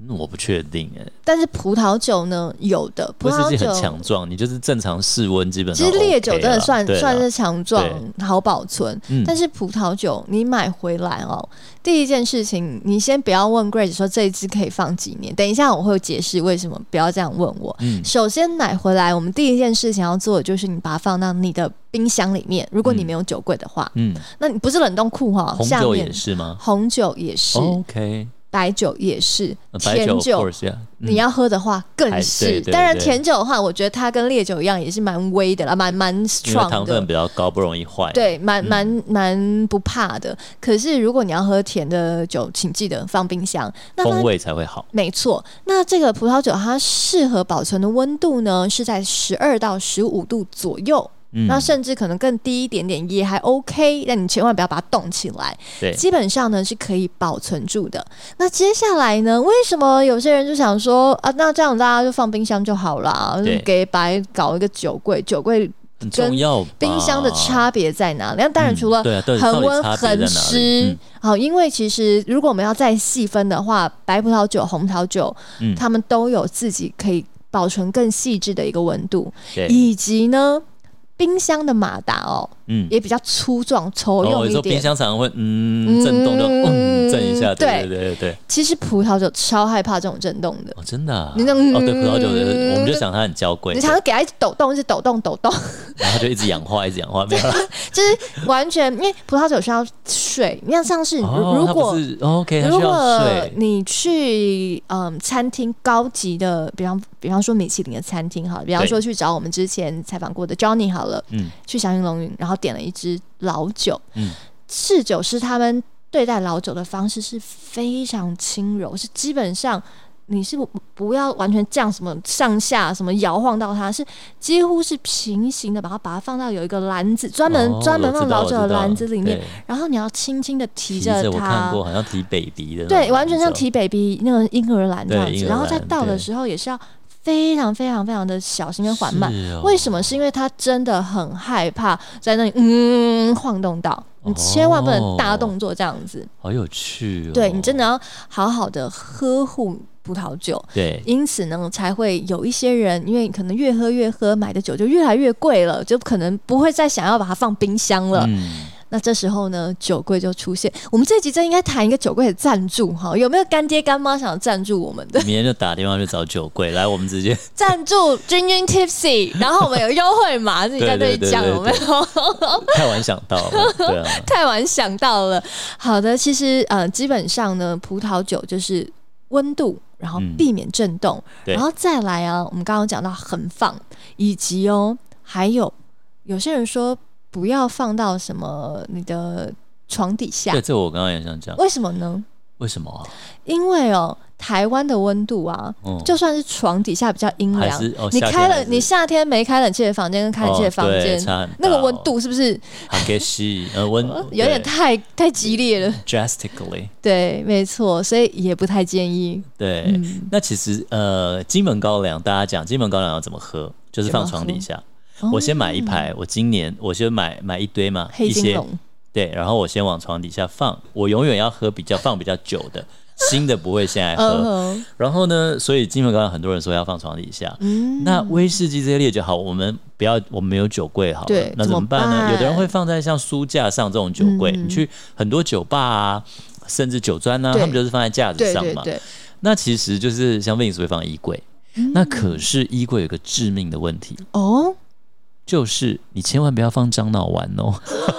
Speaker 2: 嗯我不确定哎、
Speaker 3: 但是葡萄酒呢，有的。葡
Speaker 2: 威士
Speaker 3: 萄
Speaker 2: 忌
Speaker 3: 酒
Speaker 2: 很强壮，你就是正常室温基本
Speaker 3: 其
Speaker 2: 上、
Speaker 3: 实
Speaker 2: OK 啦、
Speaker 3: 烈酒真的算、
Speaker 2: 对啦
Speaker 3: 算是强壮
Speaker 2: 对，
Speaker 3: 好保存。
Speaker 2: 嗯
Speaker 3: 但是葡萄酒你买回来哦，第一件事情你先不要问 Grace 说这一支可以放几年，等一下我会解释为什么不要这样问我。
Speaker 2: 嗯
Speaker 3: 首先买回来，我们第一件事情要做的就是你把它放到你的冰箱里面，如果你
Speaker 2: 嗯
Speaker 3: 没有酒柜的话，
Speaker 2: 嗯，
Speaker 3: 那你不是冷冻库哈、
Speaker 2: 红
Speaker 3: 下
Speaker 2: 酒
Speaker 3: 面
Speaker 2: 也是吗哦
Speaker 3: 红酒也是。
Speaker 2: ？OK，
Speaker 3: 白酒也是，
Speaker 2: 呃白
Speaker 3: 甜
Speaker 2: 酒 of
Speaker 3: 酒
Speaker 2: course 呀、
Speaker 3: 你要喝的话更
Speaker 2: 还
Speaker 3: 是。
Speaker 2: 对对
Speaker 3: 当然，
Speaker 2: 对
Speaker 3: 甜酒的话，我觉得它跟烈酒一样，也是蛮微的啦，蛮蛮
Speaker 2: 因为
Speaker 3: strong
Speaker 2: 糖
Speaker 3: 的
Speaker 2: 分。比较高，不容易坏。，
Speaker 3: 对，蛮蛮蛮不怕的。可是如果你要喝甜的酒，请记得放冰箱。那它
Speaker 2: 风味才会好。
Speaker 3: 没错，那这个葡萄酒它适合保存的温度呢，是在十二到十五度左右。
Speaker 2: 嗯
Speaker 3: 那甚至可能更低一点点也还 OK，但你千万不要把它冻起来，
Speaker 2: 对，
Speaker 3: 基本上呢是可以保存住的。那接下来呢，为什么有些人就想说啊，那这样大家就放冰箱就好啦
Speaker 2: 对，
Speaker 3: 给白搞一个酒柜，酒柜
Speaker 2: 很重要吧。
Speaker 3: 冰箱的差别在哪里？那当然
Speaker 2: 啊嗯
Speaker 3: 除了
Speaker 2: 对啊，对
Speaker 3: 恒温
Speaker 2: 到底差别在
Speaker 3: 恒
Speaker 2: 哪里
Speaker 3: 湿
Speaker 2: 嗯，
Speaker 3: 好、因为其实如果我们要再细分的话，白葡萄酒、红葡萄酒，
Speaker 2: 嗯
Speaker 3: 它们都有自己可以保存更细致的一个温度，
Speaker 2: 嗯对，
Speaker 3: 以及呢，冰箱的马达哦
Speaker 2: 嗯。
Speaker 3: 也比较粗壮、粗
Speaker 2: 哦，
Speaker 3: 用
Speaker 2: 有时
Speaker 3: 一
Speaker 2: 候冰
Speaker 3: 点。
Speaker 2: 箱常常会嗯震动就嗯震一下，对
Speaker 3: 对
Speaker 2: 对对对对，
Speaker 3: 其实葡萄酒超害怕这种震动的，
Speaker 2: 哦真的啊，
Speaker 3: 你那
Speaker 2: 哦对葡萄酒
Speaker 3: 嗯
Speaker 2: 的，我们就想它很娇贵
Speaker 3: 你，常常给它一直抖动，一直抖动、抖 动，
Speaker 2: 然后就一直氧化，一直氧化，没有啦
Speaker 3: 就是完全因为葡萄酒需要水，你像像是
Speaker 2: 哦，
Speaker 3: 如
Speaker 2: 它
Speaker 3: 果、
Speaker 2: 不是哦 OK，它
Speaker 3: 如
Speaker 2: 需要
Speaker 3: 果
Speaker 2: 水，
Speaker 3: 你去嗯餐厅高级的，比方比方说米其林的餐厅好了，比方
Speaker 2: 对
Speaker 3: 说去找我们之前采访过的 Johnny 好了，
Speaker 2: 嗯
Speaker 3: 去祥云龙云，然后点了一支老酒，
Speaker 2: 嗯
Speaker 3: 侍酒师他们对待老酒的方式是非常轻柔，是基本上。你是不不要完全这样什么上下什么摇晃到它，是几乎是平行的，把它把它放到有一个篮子，专门、
Speaker 2: 哦
Speaker 3: 专门
Speaker 2: 我知
Speaker 3: 放
Speaker 2: 道
Speaker 3: 老
Speaker 2: 我
Speaker 3: 酒
Speaker 2: 知
Speaker 3: 的
Speaker 2: 道
Speaker 3: 篮子里面，
Speaker 2: 对
Speaker 3: 然后你要轻轻的提
Speaker 2: 提
Speaker 3: 着它，
Speaker 2: 我看过，好像提 baby 的那种感
Speaker 3: 对，
Speaker 2: 觉，
Speaker 3: 完全像提 baby 那个婴儿篮这样
Speaker 2: 对
Speaker 3: 子，
Speaker 2: 婴儿
Speaker 3: 然
Speaker 2: 篮
Speaker 3: 后再倒的
Speaker 2: 对
Speaker 3: 时候也是要非常非常非常的小心跟缓慢。
Speaker 2: 是哦
Speaker 3: 为什么？是因为他真的很害怕在那里嗯晃动到，你千万不能大动作这样子。
Speaker 2: 好有哦趣哦，
Speaker 3: 对你真
Speaker 2: 的
Speaker 3: 的要好好的呵护葡萄酒。
Speaker 2: 对
Speaker 3: 因此呢，才会有一些人，因为可能越喝越喝，买的酒就越来越贵了，就可能不会再想要把它放冰箱了。
Speaker 2: 嗯，
Speaker 3: 那这时候呢，酒柜就出现。我们这集真应该谈一个酒柜的赞助哈，有没有干爹干妈想要赞助我们的？
Speaker 2: 明天就打电话去找酒柜，来，我们直接
Speaker 3: 赞助君君 Tipsy，然后我们有优惠码，自己在这里讲
Speaker 2: 对对对对
Speaker 3: 有没有？哦
Speaker 2: 太晚想到了，对啊，
Speaker 3: 太晚想到了。好的，其实呃，基本上呢，葡萄酒就是温度。然后
Speaker 2: 嗯
Speaker 3: 避免震动，
Speaker 2: 对
Speaker 3: 然后再来啊，我们刚刚讲到横放，以及哦，还有有些人说不要放到什么你的床底下
Speaker 2: 对，，这我刚刚也想讲，
Speaker 3: 为什么呢？
Speaker 2: 为什么啊？
Speaker 3: 因为哦，台湾的温度啊，
Speaker 2: 嗯，
Speaker 3: 就算是床底下比较阴
Speaker 2: 还
Speaker 3: 凉
Speaker 2: 是，哦
Speaker 3: 你
Speaker 2: 夏天
Speaker 3: 开
Speaker 2: 还
Speaker 3: 了
Speaker 2: 是
Speaker 3: 你夏天没开冷气的房间跟开冷气的
Speaker 2: 哦
Speaker 3: 房
Speaker 2: 对
Speaker 3: 间，
Speaker 2: 差很大
Speaker 3: 那个温
Speaker 2: 哦
Speaker 3: 度是不是
Speaker 2: 好给吸，呃，温
Speaker 3: 有点太太激烈了？
Speaker 2: 对 drastically，
Speaker 3: 对，没错，所以也不太建议。
Speaker 2: 对。
Speaker 3: 嗯，
Speaker 2: 那其实呃，金门高粱，大家讲金门高粱要怎么喝，就是放
Speaker 3: 怎么
Speaker 2: 床
Speaker 3: 喝哦
Speaker 2: 底下。我先买一排，我今年我先买买一堆嘛，
Speaker 3: 黑
Speaker 2: 一
Speaker 3: 金
Speaker 2: 些
Speaker 3: 龙，
Speaker 2: 对，然后我先往床底下放，我永远要喝比较放比较久的，新的不会现在
Speaker 3: 嗯
Speaker 2: 喝。
Speaker 3: 哼，
Speaker 2: 然后呢，所以金门高粱很多人说要放床底下，
Speaker 3: 嗯，
Speaker 2: 那威士忌这些烈酒好，我们不要，我们没有酒柜好了
Speaker 3: 对，
Speaker 2: 那
Speaker 3: 怎
Speaker 2: 怎
Speaker 3: 么
Speaker 2: 么办呢？
Speaker 3: 办
Speaker 2: 有的人会放在像书架上这种酒柜，
Speaker 3: 嗯
Speaker 2: 你去很多酒吧啊，甚至酒庄啊，
Speaker 3: 对
Speaker 2: 他们就是放在架子
Speaker 3: 对嗯
Speaker 2: 上
Speaker 3: 对
Speaker 2: 嘛。
Speaker 3: 对，
Speaker 2: 那其实就是像 Vince 会放衣柜，
Speaker 3: 嗯
Speaker 2: 那可是衣柜有个致命的问题，
Speaker 3: 哦，
Speaker 2: 就是你千万不要放樟脑丸哦，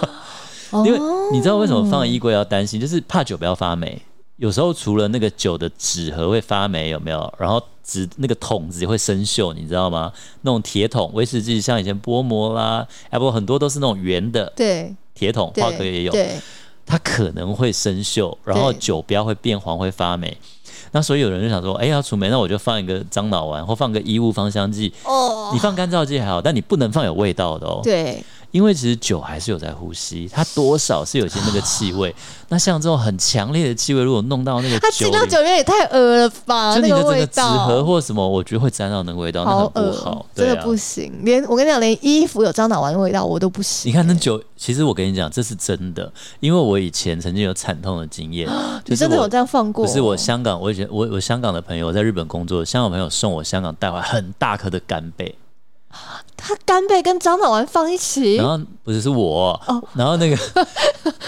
Speaker 3: 哦
Speaker 2: 因为你知道为什么放衣柜要担心，就是怕酒不要发霉。有时候除了那个酒的纸盒会发霉，有没有？然后纸那个桶子也会生锈，你知道吗？那种铁桶，威士忌像以前波摩啦，哎不，很多都是那种圆的
Speaker 3: 对
Speaker 2: 铁桶，
Speaker 3: 对
Speaker 2: 花哥也有，
Speaker 3: 对，
Speaker 2: 它可能会生锈，然后酒标会变黄，会发霉。那所以有人就想说，哎、要除霉，那我就放一个樟脑丸，或放个衣物芳香剂。
Speaker 3: 哦，
Speaker 2: 你放干燥剂还好，但你不能放有味道的哦。
Speaker 3: 对，
Speaker 2: 因为其实酒还是有在呼吸，它多少是有些那个气味。那像这种很强烈的气味，如果弄到那个
Speaker 3: 它
Speaker 2: 酒
Speaker 3: 进
Speaker 2: 里，
Speaker 3: 到酒里面也太恶了吧，
Speaker 2: 就
Speaker 3: 那
Speaker 2: 你的整
Speaker 3: 味
Speaker 2: 个纸盒
Speaker 3: 道。
Speaker 2: 或什么，我觉得会沾到那个味道，那很不
Speaker 3: 恶
Speaker 2: 好。
Speaker 3: 真
Speaker 2: 对
Speaker 3: 的
Speaker 2: 啊
Speaker 3: 不，行。连我跟你讲，连衣服有樟脑丸的味道我都不行。
Speaker 2: 你看那酒，其实我跟你讲，这是真的，因为我以前曾经有惨痛的经验，就
Speaker 3: 哦你
Speaker 2: 是
Speaker 3: 真的
Speaker 2: 我
Speaker 3: 有这样放过？
Speaker 2: 不是我香港，我以前我我香港的朋友我在日本工作，香港朋友送我香港带回来很大颗的干贝，
Speaker 3: 它干贝跟樟脑丸放一起
Speaker 2: 然，后不是是我，
Speaker 3: 哦
Speaker 2: 然 后那个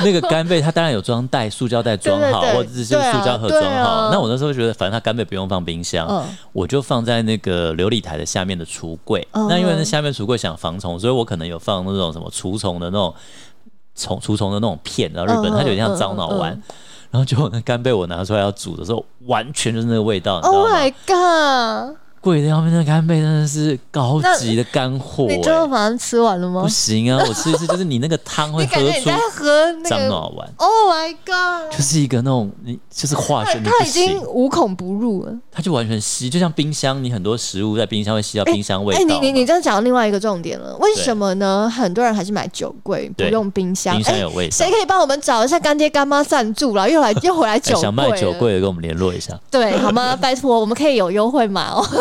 Speaker 2: 那个干贝它当然有装袋，塑胶袋装
Speaker 3: 对
Speaker 2: 好，
Speaker 3: 对对
Speaker 2: 或者是就是塑胶盒
Speaker 3: 对啊
Speaker 2: 装
Speaker 3: 对
Speaker 2: 好。
Speaker 3: 啊
Speaker 2: 那我那时候觉得，反正它干贝不用放冰箱，
Speaker 3: 嗯
Speaker 2: 我就放在那个琉璃台的下面的橱柜。
Speaker 3: 嗯
Speaker 2: 那因为那下面橱柜想防虫，所以我可能有放那种什么除虫的那种虫除虫的那种片，然后日本
Speaker 3: 嗯
Speaker 2: 它就有
Speaker 3: 嗯
Speaker 2: 点
Speaker 3: 嗯
Speaker 2: 像樟脑
Speaker 3: 嗯
Speaker 2: 丸。然后就那干贝我拿出来要煮的时候，完全就是那个味道，你知道
Speaker 3: ，Oh
Speaker 2: 吗
Speaker 3: my god！
Speaker 2: 贵料面的干贝真的是高级的干货、
Speaker 3: 你最后
Speaker 2: 欸，
Speaker 3: 马上吃完了吗
Speaker 2: 不？行啊！我吃一次就是你那个汤 会
Speaker 3: 你
Speaker 2: 喝
Speaker 3: 感觉你
Speaker 2: 出
Speaker 3: 在喝那
Speaker 2: 樟
Speaker 3: 个
Speaker 2: 脑丸，
Speaker 3: ，Oh my god！
Speaker 2: 就是一个那种你就是化学，你
Speaker 3: 他
Speaker 2: 不
Speaker 3: 已经
Speaker 2: 行，
Speaker 3: 无孔不入了。
Speaker 2: 它就完全吸，就像冰箱，你很多食物在冰箱会吸到冰箱味
Speaker 3: 哎、
Speaker 2: 道嘛。
Speaker 3: 你你你这样讲到另外一个重点了，为
Speaker 2: 对
Speaker 3: 什么呢？很多人还是买酒柜，不
Speaker 2: 对
Speaker 3: 用冰箱。
Speaker 2: 冰箱
Speaker 3: 哎
Speaker 2: 有味道
Speaker 3: 谁可以帮我们找一下干爹干妈赞助啦？又来又回来
Speaker 2: 哎
Speaker 3: 酒柜、
Speaker 2: 想卖酒，柜的跟我们联络一下。
Speaker 3: 对，好 吗？拜托，我们可以有优惠码哦。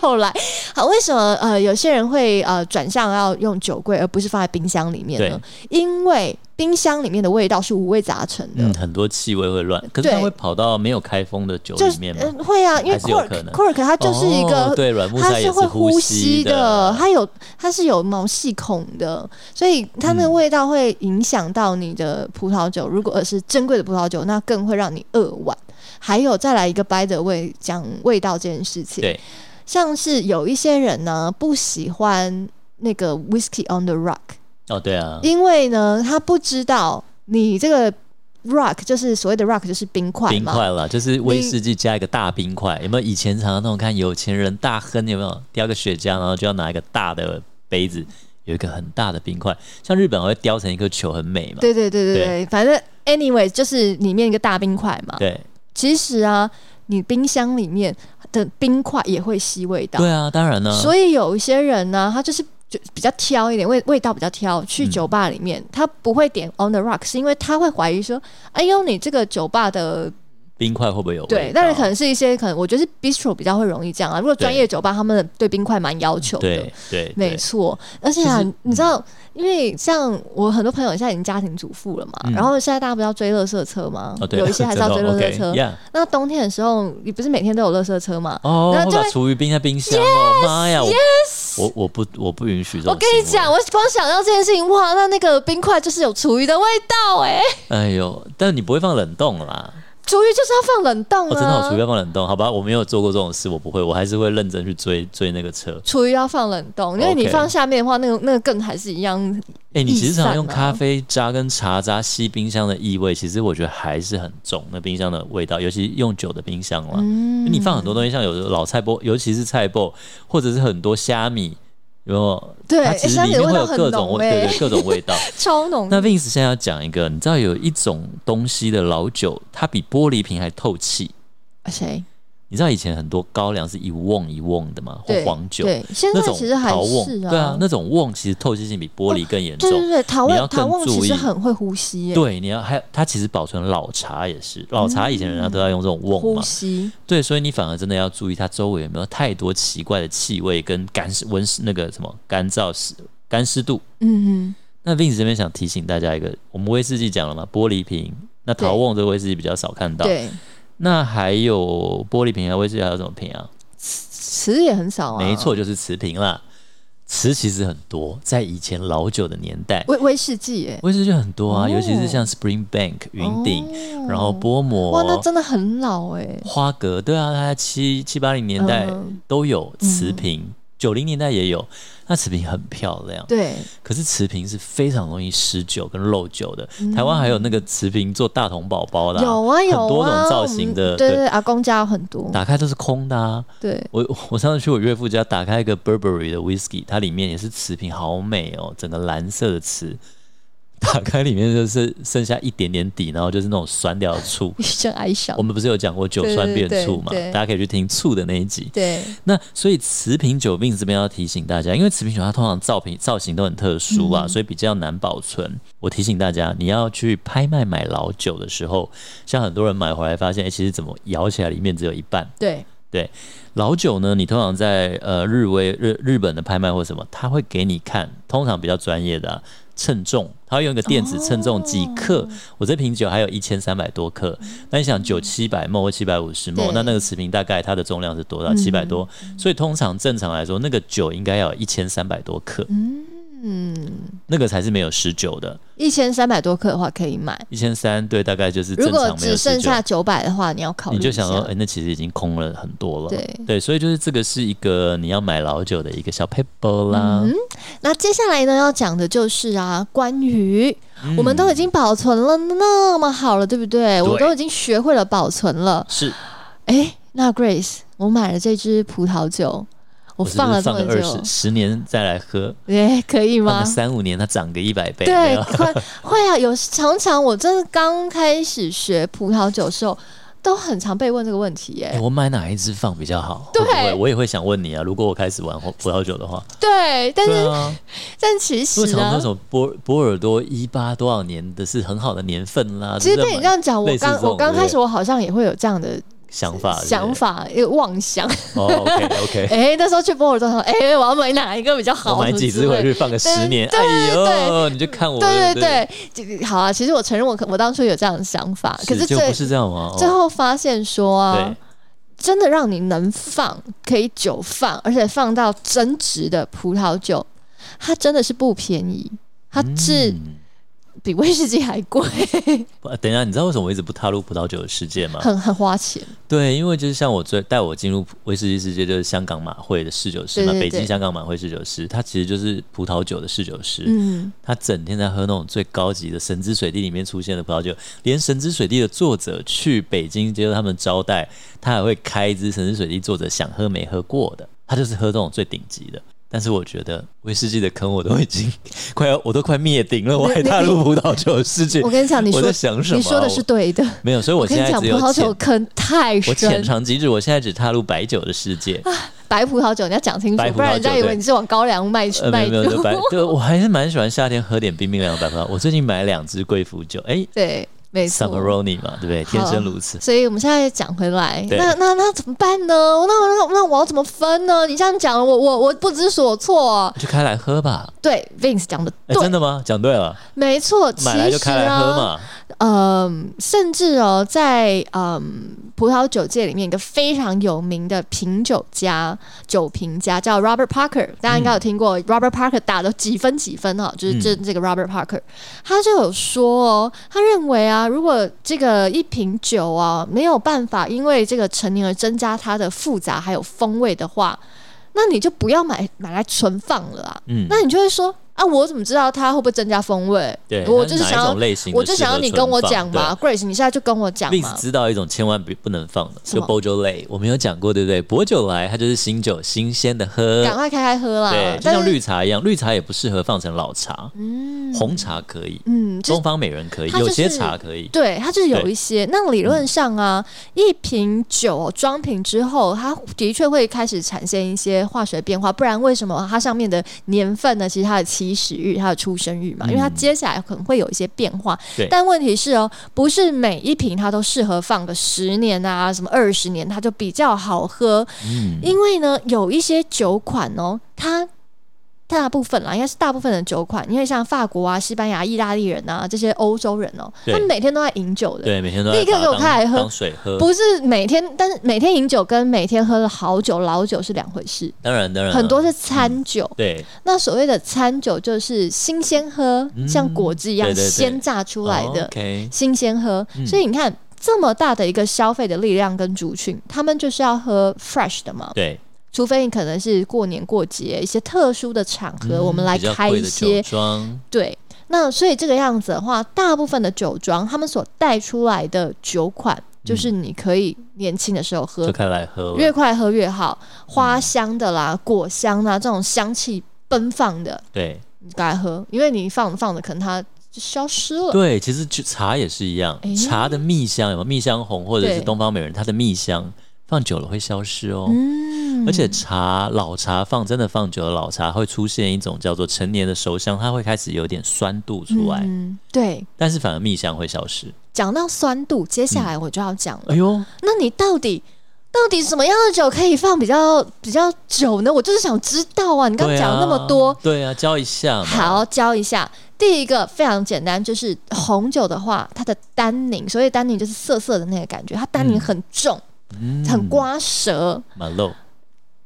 Speaker 3: 又来，好，为什么呃有些人会呃转向要用酒柜，而不是放在冰箱里面呢
Speaker 2: 对？
Speaker 3: 因为冰箱里面的味道是五味杂陈的。
Speaker 2: 嗯，很多气味会乱，可是它
Speaker 3: 对
Speaker 2: 会跑到没有开封的酒
Speaker 3: 就
Speaker 2: 里
Speaker 3: 是
Speaker 2: 面吗？
Speaker 3: 嗯，会啊，因为
Speaker 2: 还是有
Speaker 3: cork
Speaker 2: 可能
Speaker 3: cork 它就是一个
Speaker 2: 哦、对软木
Speaker 3: 它
Speaker 2: 塞也
Speaker 3: 是会
Speaker 2: 呼
Speaker 3: 呼吸的
Speaker 2: 的，，
Speaker 3: 它有它是有毛细孔的，所以它那个
Speaker 2: 嗯
Speaker 3: 味道会影响到你的葡萄酒。如果是珍贵的葡萄酒，那更会让你扼腕。还有再来一个 by the way 讲味道这件事情，
Speaker 2: 对，
Speaker 3: 像是有一些人呢不喜欢那个 whiskey on the rock，
Speaker 2: 哦对啊，
Speaker 3: 因为呢他不知道你这个 rock 就是所谓的 rock 就是冰块
Speaker 2: 冰
Speaker 3: 嘛，
Speaker 2: 块了，就是威士忌加一个大冰块，有没有？以前常常那种看有钱人大亨有没有？叼个雪茄，然后就要拿一个大的杯子，有一个很大的冰块，像日本还会雕成一颗球，很美嘛。
Speaker 3: 对对对对对，反正 anyway 就是里面一个大冰块嘛，
Speaker 2: 对
Speaker 3: 其实啊，你冰箱里面的冰块也会吸味道，
Speaker 2: 对啊，当然呢、
Speaker 3: 所以有一些人呢、他就是就比较挑一点，味味道比较挑，去
Speaker 2: 嗯
Speaker 3: 酒吧里面、他不会点 on the rock，是因为他会怀疑说，哎呦，你这个酒吧的
Speaker 2: 冰块会不会有味道？
Speaker 3: 对，但是可能是一些可能我觉得是 bistro 比较会容易这样啊，如果专业酒吧他们对冰块蛮要求的
Speaker 2: 对。对，
Speaker 3: 没
Speaker 2: 对
Speaker 3: 错，而且啊，
Speaker 2: 就是嗯
Speaker 3: 你知道，因为像我很多朋友现在已经家庭主妇了嘛，
Speaker 2: 嗯
Speaker 3: 然后现在大家不是要追垃圾车吗？
Speaker 2: 哦 对，
Speaker 3: 有一些还是要追
Speaker 2: 真的
Speaker 3: 垃
Speaker 2: 哦
Speaker 3: 圾车
Speaker 2: OK，yeah
Speaker 3: 那冬天的时候，你不是每天都有垃圾车吗？
Speaker 2: 哦，
Speaker 3: 然后
Speaker 2: 会
Speaker 3: 就
Speaker 2: 把
Speaker 3: 会
Speaker 2: 厨余冰在冰箱哦，妈呀我我我不我不允许这种。
Speaker 3: 我跟你讲，，我光想到这件事情，哇，那那个冰块就是有厨余的味道哎、
Speaker 2: 哎呦，但你不会放冷冻啦。
Speaker 3: 厨余就是要放冷冻
Speaker 2: 哦，真的
Speaker 3: 啊，
Speaker 2: 好，厨余要放冷冻，好吧？我没有做过这种事，我不会，我还是会认真去追追那个车。
Speaker 3: 厨余要放冷冻，因为
Speaker 2: OK
Speaker 3: 你放下面的话，那个那个更还是一样。
Speaker 2: 哎、你其实
Speaker 3: 易散
Speaker 2: 常
Speaker 3: 啊
Speaker 2: 常用咖啡渣跟茶渣吸冰箱的异味，其实我觉得还是很重，那冰箱的味道，尤其用久的冰箱啦。
Speaker 3: 嗯，
Speaker 2: 你放很多东西，像有的老菜包，尤其是菜包，或者是很多虾米，有没有？
Speaker 3: 对
Speaker 2: 它其实
Speaker 3: 虾米
Speaker 2: 里
Speaker 3: 的
Speaker 2: 面会
Speaker 3: 味
Speaker 2: 有
Speaker 3: 道很
Speaker 2: 各种
Speaker 3: 浓
Speaker 2: 味，对
Speaker 3: 欸
Speaker 2: 对，各种味 道。
Speaker 3: 超浓。
Speaker 2: 那 Vince 现在要讲一个，你知道有一种东西的老酒，它比玻璃瓶还透气。
Speaker 3: 谁
Speaker 2: 你知道以前很多高粱是一瓮一瓮的吗？或
Speaker 3: 对
Speaker 2: 黄酒，
Speaker 3: 对，现在
Speaker 2: 那种
Speaker 3: 其实还
Speaker 2: 陶
Speaker 3: 是
Speaker 2: 瓮，对啊，那种瓮其实透气性比玻璃更严重。
Speaker 3: 对对对，陶
Speaker 2: 你
Speaker 3: 瓮
Speaker 2: 要
Speaker 3: 陶
Speaker 2: 更
Speaker 3: 瓮其
Speaker 2: 注
Speaker 3: 实
Speaker 2: 意
Speaker 3: 很会呼吸、欸，
Speaker 2: 对，你要还有它其实保存老茶也是，老茶以前人家都要用这种瓮
Speaker 3: 嗯呼
Speaker 2: 嘛，
Speaker 3: 吸。
Speaker 2: 对，所以你反而真的要注意它周围有没有太多奇怪的气味跟干湿温湿那个什么干燥湿干湿度。
Speaker 3: 嗯
Speaker 2: 那 Vince 这边想提醒大家一个，我们威士忌讲了嘛，玻璃瓶，那陶瓮这个威士忌比较少看
Speaker 3: 哼，
Speaker 2: 到，
Speaker 3: 对，
Speaker 2: 那还有玻璃瓶啊，威士忌还有什么瓶啊？
Speaker 3: 词也很少啊。
Speaker 2: 没，错，就是瓷瓶啦。瓷其实很多，在以前老酒的年代，
Speaker 3: 威威士忌、欸，
Speaker 2: 威士忌很多啊，
Speaker 3: 哦
Speaker 2: 尤其是像 Spring Bank 云顶，
Speaker 3: 哦
Speaker 2: 然后波
Speaker 3: 哇，那
Speaker 2: 摩、
Speaker 3: 真的很老哎、
Speaker 2: 花格，对啊，它在七七八零年代
Speaker 3: 嗯
Speaker 2: 都有瓷瓶，九零、年代也有。那瓷瓶很漂亮，
Speaker 3: 对，
Speaker 2: 可是瓷瓶是非常容易失酒跟漏酒的。台湾还有那个瓷瓶做大童宝宝的、
Speaker 3: 嗯有啊有啊，
Speaker 2: 很多种造型
Speaker 3: 我
Speaker 2: 的，
Speaker 3: 们对对，阿公家有很多，
Speaker 2: 打开都是空的啊。
Speaker 3: 对，。
Speaker 2: 我我上次去我岳父家，打开一个 Burberry 的 whisky，它里面也是瓷瓶，好美哦，整个蓝色的瓷。打开里面就是剩下一点点底，然后就是那种酸掉的醋
Speaker 3: 一生哀伤
Speaker 2: 我。们不是有讲过酒酸变醋嘛？
Speaker 3: 对对对对
Speaker 2: 大家可以去听醋的那一集。
Speaker 3: 对，
Speaker 2: 那所以瓷瓶酒病这边要提醒大家，因为瓷瓶酒它通常造品造型都很特殊
Speaker 3: 嗯
Speaker 2: 啊，所以比较难保存。我提醒大家，你要去拍卖买老酒的时候，像很多人买回来发现，哎、其实怎么摇起来里面只有一半，
Speaker 3: 对，
Speaker 2: 对，老酒呢，你通常在呃日威日日本的拍卖或什么，他会给你看，通常比较专业的啊、称重，他会用一个电子称重
Speaker 3: 哦
Speaker 2: 几克。我这瓶酒还有一千三百多克，那你想酒七百沫或七百五十沫
Speaker 3: 嗯对，嗯
Speaker 2: 那那个瓷瓶大概它的重量是多少？七百多，所以通常正常来说，那个酒应该要一千三百多克。
Speaker 3: 嗯，嗯，
Speaker 2: 那个才是没有十九的，
Speaker 3: 一千三百多克的话可以买，
Speaker 2: 一千三对，大概就是
Speaker 3: 如
Speaker 2: 正
Speaker 3: 果
Speaker 2: 常没有
Speaker 3: 只剩
Speaker 2: 十九。
Speaker 3: 下九百的话，你要考虑
Speaker 2: 你
Speaker 3: 一
Speaker 2: 就想说，
Speaker 3: 下
Speaker 2: 哎、那其实已经空了很多了。
Speaker 3: 对
Speaker 2: 所以就是这个是一个你要买老酒的一个小 paper 啦。
Speaker 3: 嗯那接下来呢，要讲的就是啊，关于、
Speaker 2: 嗯
Speaker 3: 我们都已经保存了那么好了，对不对？我都已经学会了保存了。
Speaker 2: 是
Speaker 3: 哎，那 Grace，我买了这支葡萄酒，我
Speaker 2: 我是不
Speaker 3: 放了
Speaker 2: 是
Speaker 3: 这
Speaker 2: 放
Speaker 3: 么
Speaker 2: 个二十
Speaker 3: 久，
Speaker 2: 十年再来喝，
Speaker 3: 哎，可以
Speaker 2: 放
Speaker 3: 吗
Speaker 2: 个？三五年它涨个一百倍，没
Speaker 3: 对，
Speaker 2: 有
Speaker 3: 会会啊，有常常我真的刚开始学葡萄酒的时候，都很常被问这个问题耶、
Speaker 2: 哎、我买哪一支放比较好？
Speaker 3: 对
Speaker 2: 会不会我也会想问你啊。如果我开始玩葡萄酒的话，
Speaker 3: 对，但是、
Speaker 2: 对啊，
Speaker 3: 但其
Speaker 2: 为什
Speaker 3: 实
Speaker 2: 么
Speaker 3: 哎啊
Speaker 2: 那，种波波尔多一八多少年的是很好的年份啦？
Speaker 3: 其实
Speaker 2: 就
Speaker 3: 被
Speaker 2: 是
Speaker 3: 你这样讲，我
Speaker 2: 类似这
Speaker 3: 刚
Speaker 2: 种
Speaker 3: 我刚
Speaker 2: 对不对
Speaker 3: 开始我好像也会有这样的
Speaker 2: 想法
Speaker 3: 想。法，一个妄想。
Speaker 2: 对不对哦，OK OK，
Speaker 3: 哎、那时候去波尔多，想说哎、我要买哪一个比较好？
Speaker 2: 我买几
Speaker 3: 什么之
Speaker 2: 支
Speaker 3: 类
Speaker 2: 回去放个十年，
Speaker 3: 对
Speaker 2: 哎呦，
Speaker 3: 对
Speaker 2: 你就看我，
Speaker 3: 对对
Speaker 2: 不
Speaker 3: 对，这个好啊！其实我承认我可我当初有这样的想法，可
Speaker 2: 是就
Speaker 3: 最
Speaker 2: 不是这样吗？哦
Speaker 3: 最后发现说啊
Speaker 2: 对，，
Speaker 3: 真的让你能放，可以久放，而且放到增值的葡萄酒，它真的是不便宜，它是
Speaker 2: 嗯
Speaker 3: 比威士忌还 贵，
Speaker 2: 不等一下，你知道为什么我一直不踏入葡萄酒的世界吗？
Speaker 3: 很很花钱。
Speaker 2: 对，因为就是像我最带我进入威士忌世界，就是香港马会的侍酒师嘛，
Speaker 3: 对对
Speaker 2: 北京
Speaker 3: 对
Speaker 2: 香港马会侍酒师，他其实就是葡萄酒的侍酒师，
Speaker 3: 嗯，
Speaker 2: 他整天在喝那种最高级的神之水地里面出现的葡萄酒，连神之水地的作者去北京接受他们招待，他还会开一支神之水地作者想喝没喝过的，他就是喝这种最顶级的。但是我觉得威士忌的坑我都已经 快要我都快灭顶了，我还踏入葡萄酒的世界
Speaker 3: 我，跟你讲，你
Speaker 2: 我
Speaker 3: 说
Speaker 2: 在想什么啊？
Speaker 3: 你说的是对的。
Speaker 2: 我没有，所以我
Speaker 3: 跟
Speaker 2: 现
Speaker 3: 你
Speaker 2: 在
Speaker 3: 讲，
Speaker 2: 只
Speaker 3: 葡
Speaker 2: 有
Speaker 3: 萄酒
Speaker 2: 浅
Speaker 3: 坑太
Speaker 2: 我浅
Speaker 3: 深，
Speaker 2: 尝即止，我现在只踏入白酒的世界。
Speaker 3: 白葡萄酒你要讲清
Speaker 2: 白
Speaker 3: 楚，
Speaker 2: 葡
Speaker 3: 不
Speaker 2: 萄酒
Speaker 3: 然人家以
Speaker 2: 对
Speaker 3: 为你是往高粱卖去
Speaker 2: 呃，没
Speaker 3: 卖
Speaker 2: 有没有，就
Speaker 3: 酒。
Speaker 2: 白，就我还是蛮喜欢夏天喝点冰冰凉的白葡萄。我最近买了两支贵腐酒，哎、
Speaker 3: 对，没
Speaker 2: s u
Speaker 3: 错啊
Speaker 2: m。m e r o n i 嘛，对不对？天生如此。
Speaker 3: 所以我们现在讲回来，
Speaker 2: 对
Speaker 3: 那那那怎么办呢？那那那我要怎么分呢？你这样讲，我我我不知所措、
Speaker 2: 就开来喝吧。
Speaker 3: 对，Vince 讲的
Speaker 2: 哎、
Speaker 3: 对，
Speaker 2: 真的吗？讲对了，
Speaker 3: 没错。其
Speaker 2: 买来就
Speaker 3: 实
Speaker 2: 开来喝
Speaker 3: 啊，
Speaker 2: 嘛。
Speaker 3: 嗯，甚至哦，在嗯葡萄酒界里面，一个非常有名的品酒家、酒评家叫 Robert Parker，大家应该有听
Speaker 2: 嗯
Speaker 3: 过、Robert Parker 打了几分几分哈、哦，就是这这个 Robert Parker，、他就有说哦，他认为啊，如果这个一瓶酒啊没有办法因为这个陈年而增加它的复杂还有风味的话，那你就不要买买来存放了啊。
Speaker 2: 嗯，
Speaker 3: 那你就会说啊，我怎么知道它会不会增加风味？
Speaker 2: 对，
Speaker 3: 我
Speaker 2: 那
Speaker 3: 就是
Speaker 2: 哪一
Speaker 3: 想要
Speaker 2: 种类型的
Speaker 3: 我就想要你跟我讲嘛，Grace，你现在就跟我讲
Speaker 2: 对
Speaker 3: 嘛
Speaker 2: ，Vince。知道一种千万不不能放的，
Speaker 3: 什
Speaker 2: 就
Speaker 3: 么
Speaker 2: Beaujolais，我们有讲过，对不对？薄酒来，它就是新酒，新鲜的喝。
Speaker 3: 赶快开开喝啦！
Speaker 2: 对，就
Speaker 3: 但
Speaker 2: 像
Speaker 3: 是
Speaker 2: 绿茶一样，绿茶也不适合放成老茶，红茶可以，
Speaker 3: 嗯，就
Speaker 2: 东方美人可以，
Speaker 3: 它就
Speaker 2: 有些
Speaker 3: 是
Speaker 2: 茶可以。
Speaker 3: 对，它就是有
Speaker 2: 对嗯
Speaker 3: 一些。那理论上啊，一瓶酒装瓶之后，它的确会开始产生一些化学变化，不然为什么它上面的年份呢？其实它的起始日、它的出生日嘛，因为它
Speaker 2: 嗯
Speaker 3: 接下来可能会有一些变化
Speaker 2: 对。
Speaker 3: 但问题是哦，不是每一瓶它都适合放个十年啊，什么二十年，它就比较好喝。
Speaker 2: 嗯，
Speaker 3: 因为呢，有一些酒款哦，它大部分啦，应该是大部分的酒款，因为像法国啊、西班牙、意大利人啊这些欧洲人哦，
Speaker 2: 对
Speaker 3: 他们每天都在饮酒的。
Speaker 2: 对，每天都在
Speaker 3: 立刻
Speaker 2: 把它
Speaker 3: 给我
Speaker 2: 当
Speaker 3: 开来喝
Speaker 2: 当水喝。
Speaker 3: 不是每天，但是每天饮酒跟每天喝了好酒、老酒是两回事，
Speaker 2: 当然，当然
Speaker 3: 很多是餐酒。
Speaker 2: 对
Speaker 3: 那所谓的餐酒就是新鲜喝，
Speaker 2: 嗯
Speaker 3: 像果汁一样
Speaker 2: 对对对哦
Speaker 3: 鲜榨出来的。
Speaker 2: OK，
Speaker 3: 新鲜喝。
Speaker 2: 嗯
Speaker 3: 所以你看，这么大的一个消费的力量跟族群，他们就是要喝 fresh 的嘛，
Speaker 2: 对，
Speaker 3: 除非你可能是过年过节一些特殊的场合，我们来
Speaker 2: 嗯比较
Speaker 3: 开
Speaker 2: 贵
Speaker 3: 一
Speaker 2: 的
Speaker 3: 些
Speaker 2: 酒庄，
Speaker 3: 对。那所以这个样子的话，大部分的酒庄他们所带出来的酒款，就是你可以年轻的时候喝
Speaker 2: 嗯就，开来喝了。
Speaker 3: 越快喝越好，花香的啦、果香啦这种香气奔放的，
Speaker 2: 对
Speaker 3: 你该喝，因为你放着放着，可能它就消失了。
Speaker 2: 对，其实就茶也是一样，
Speaker 3: 诶
Speaker 2: 茶的蜜香有没有蜜香红或者是
Speaker 3: 对
Speaker 2: 东方美人，它的蜜香放久了会消失哦。
Speaker 3: 嗯
Speaker 2: 而且茶老茶放真的放久了，老茶会出现一种叫做陈年的熟香，它会开始有点酸度出来，
Speaker 3: 嗯，对，
Speaker 2: 但是反而蜜香会消失。
Speaker 3: 讲到酸度，接下来我就要讲了。
Speaker 2: 哎呦，
Speaker 3: 那你到底到底什么样的酒可以放比较比较久呢？我就是想知道啊！你刚刚
Speaker 2: 对
Speaker 3: 讲了
Speaker 2: 啊
Speaker 3: 那么多，，
Speaker 2: 对啊，教一下嘛。
Speaker 3: 好教一下。第一个非常简单，就是红酒的话，它的单宁，所以单宁就是涩涩的那个感觉，它单宁很重，
Speaker 2: 嗯，
Speaker 3: 很刮舌。
Speaker 2: 马肉，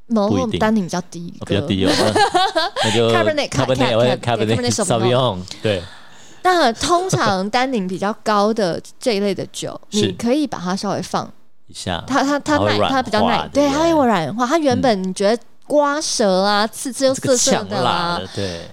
Speaker 3: 然
Speaker 2: 不一
Speaker 3: 后
Speaker 2: 定
Speaker 3: 单宁比较低
Speaker 2: 哦比
Speaker 3: 歌，
Speaker 2: 较低哦， 那那就
Speaker 3: Cabernet，
Speaker 2: Cabernet 或者
Speaker 3: Cabernet
Speaker 2: Cabernet
Speaker 3: Sauvignon
Speaker 2: Sauvignon，对，
Speaker 3: 但通常单宁比较高的这一类的酒，
Speaker 2: 是
Speaker 3: 你可以把它稍微放，
Speaker 2: 一下
Speaker 3: 它它它
Speaker 2: 它会
Speaker 3: 奶
Speaker 2: 软
Speaker 3: 它比较
Speaker 2: 化
Speaker 3: 奶，
Speaker 2: 对
Speaker 3: 对，
Speaker 2: 不
Speaker 3: 它
Speaker 2: 对嗯
Speaker 3: 会软化。它原本你觉得刮舌啊、刺刺又
Speaker 2: 这个
Speaker 3: 涩涩
Speaker 2: 呛
Speaker 3: 的啊哎啦
Speaker 2: 辣的，，对，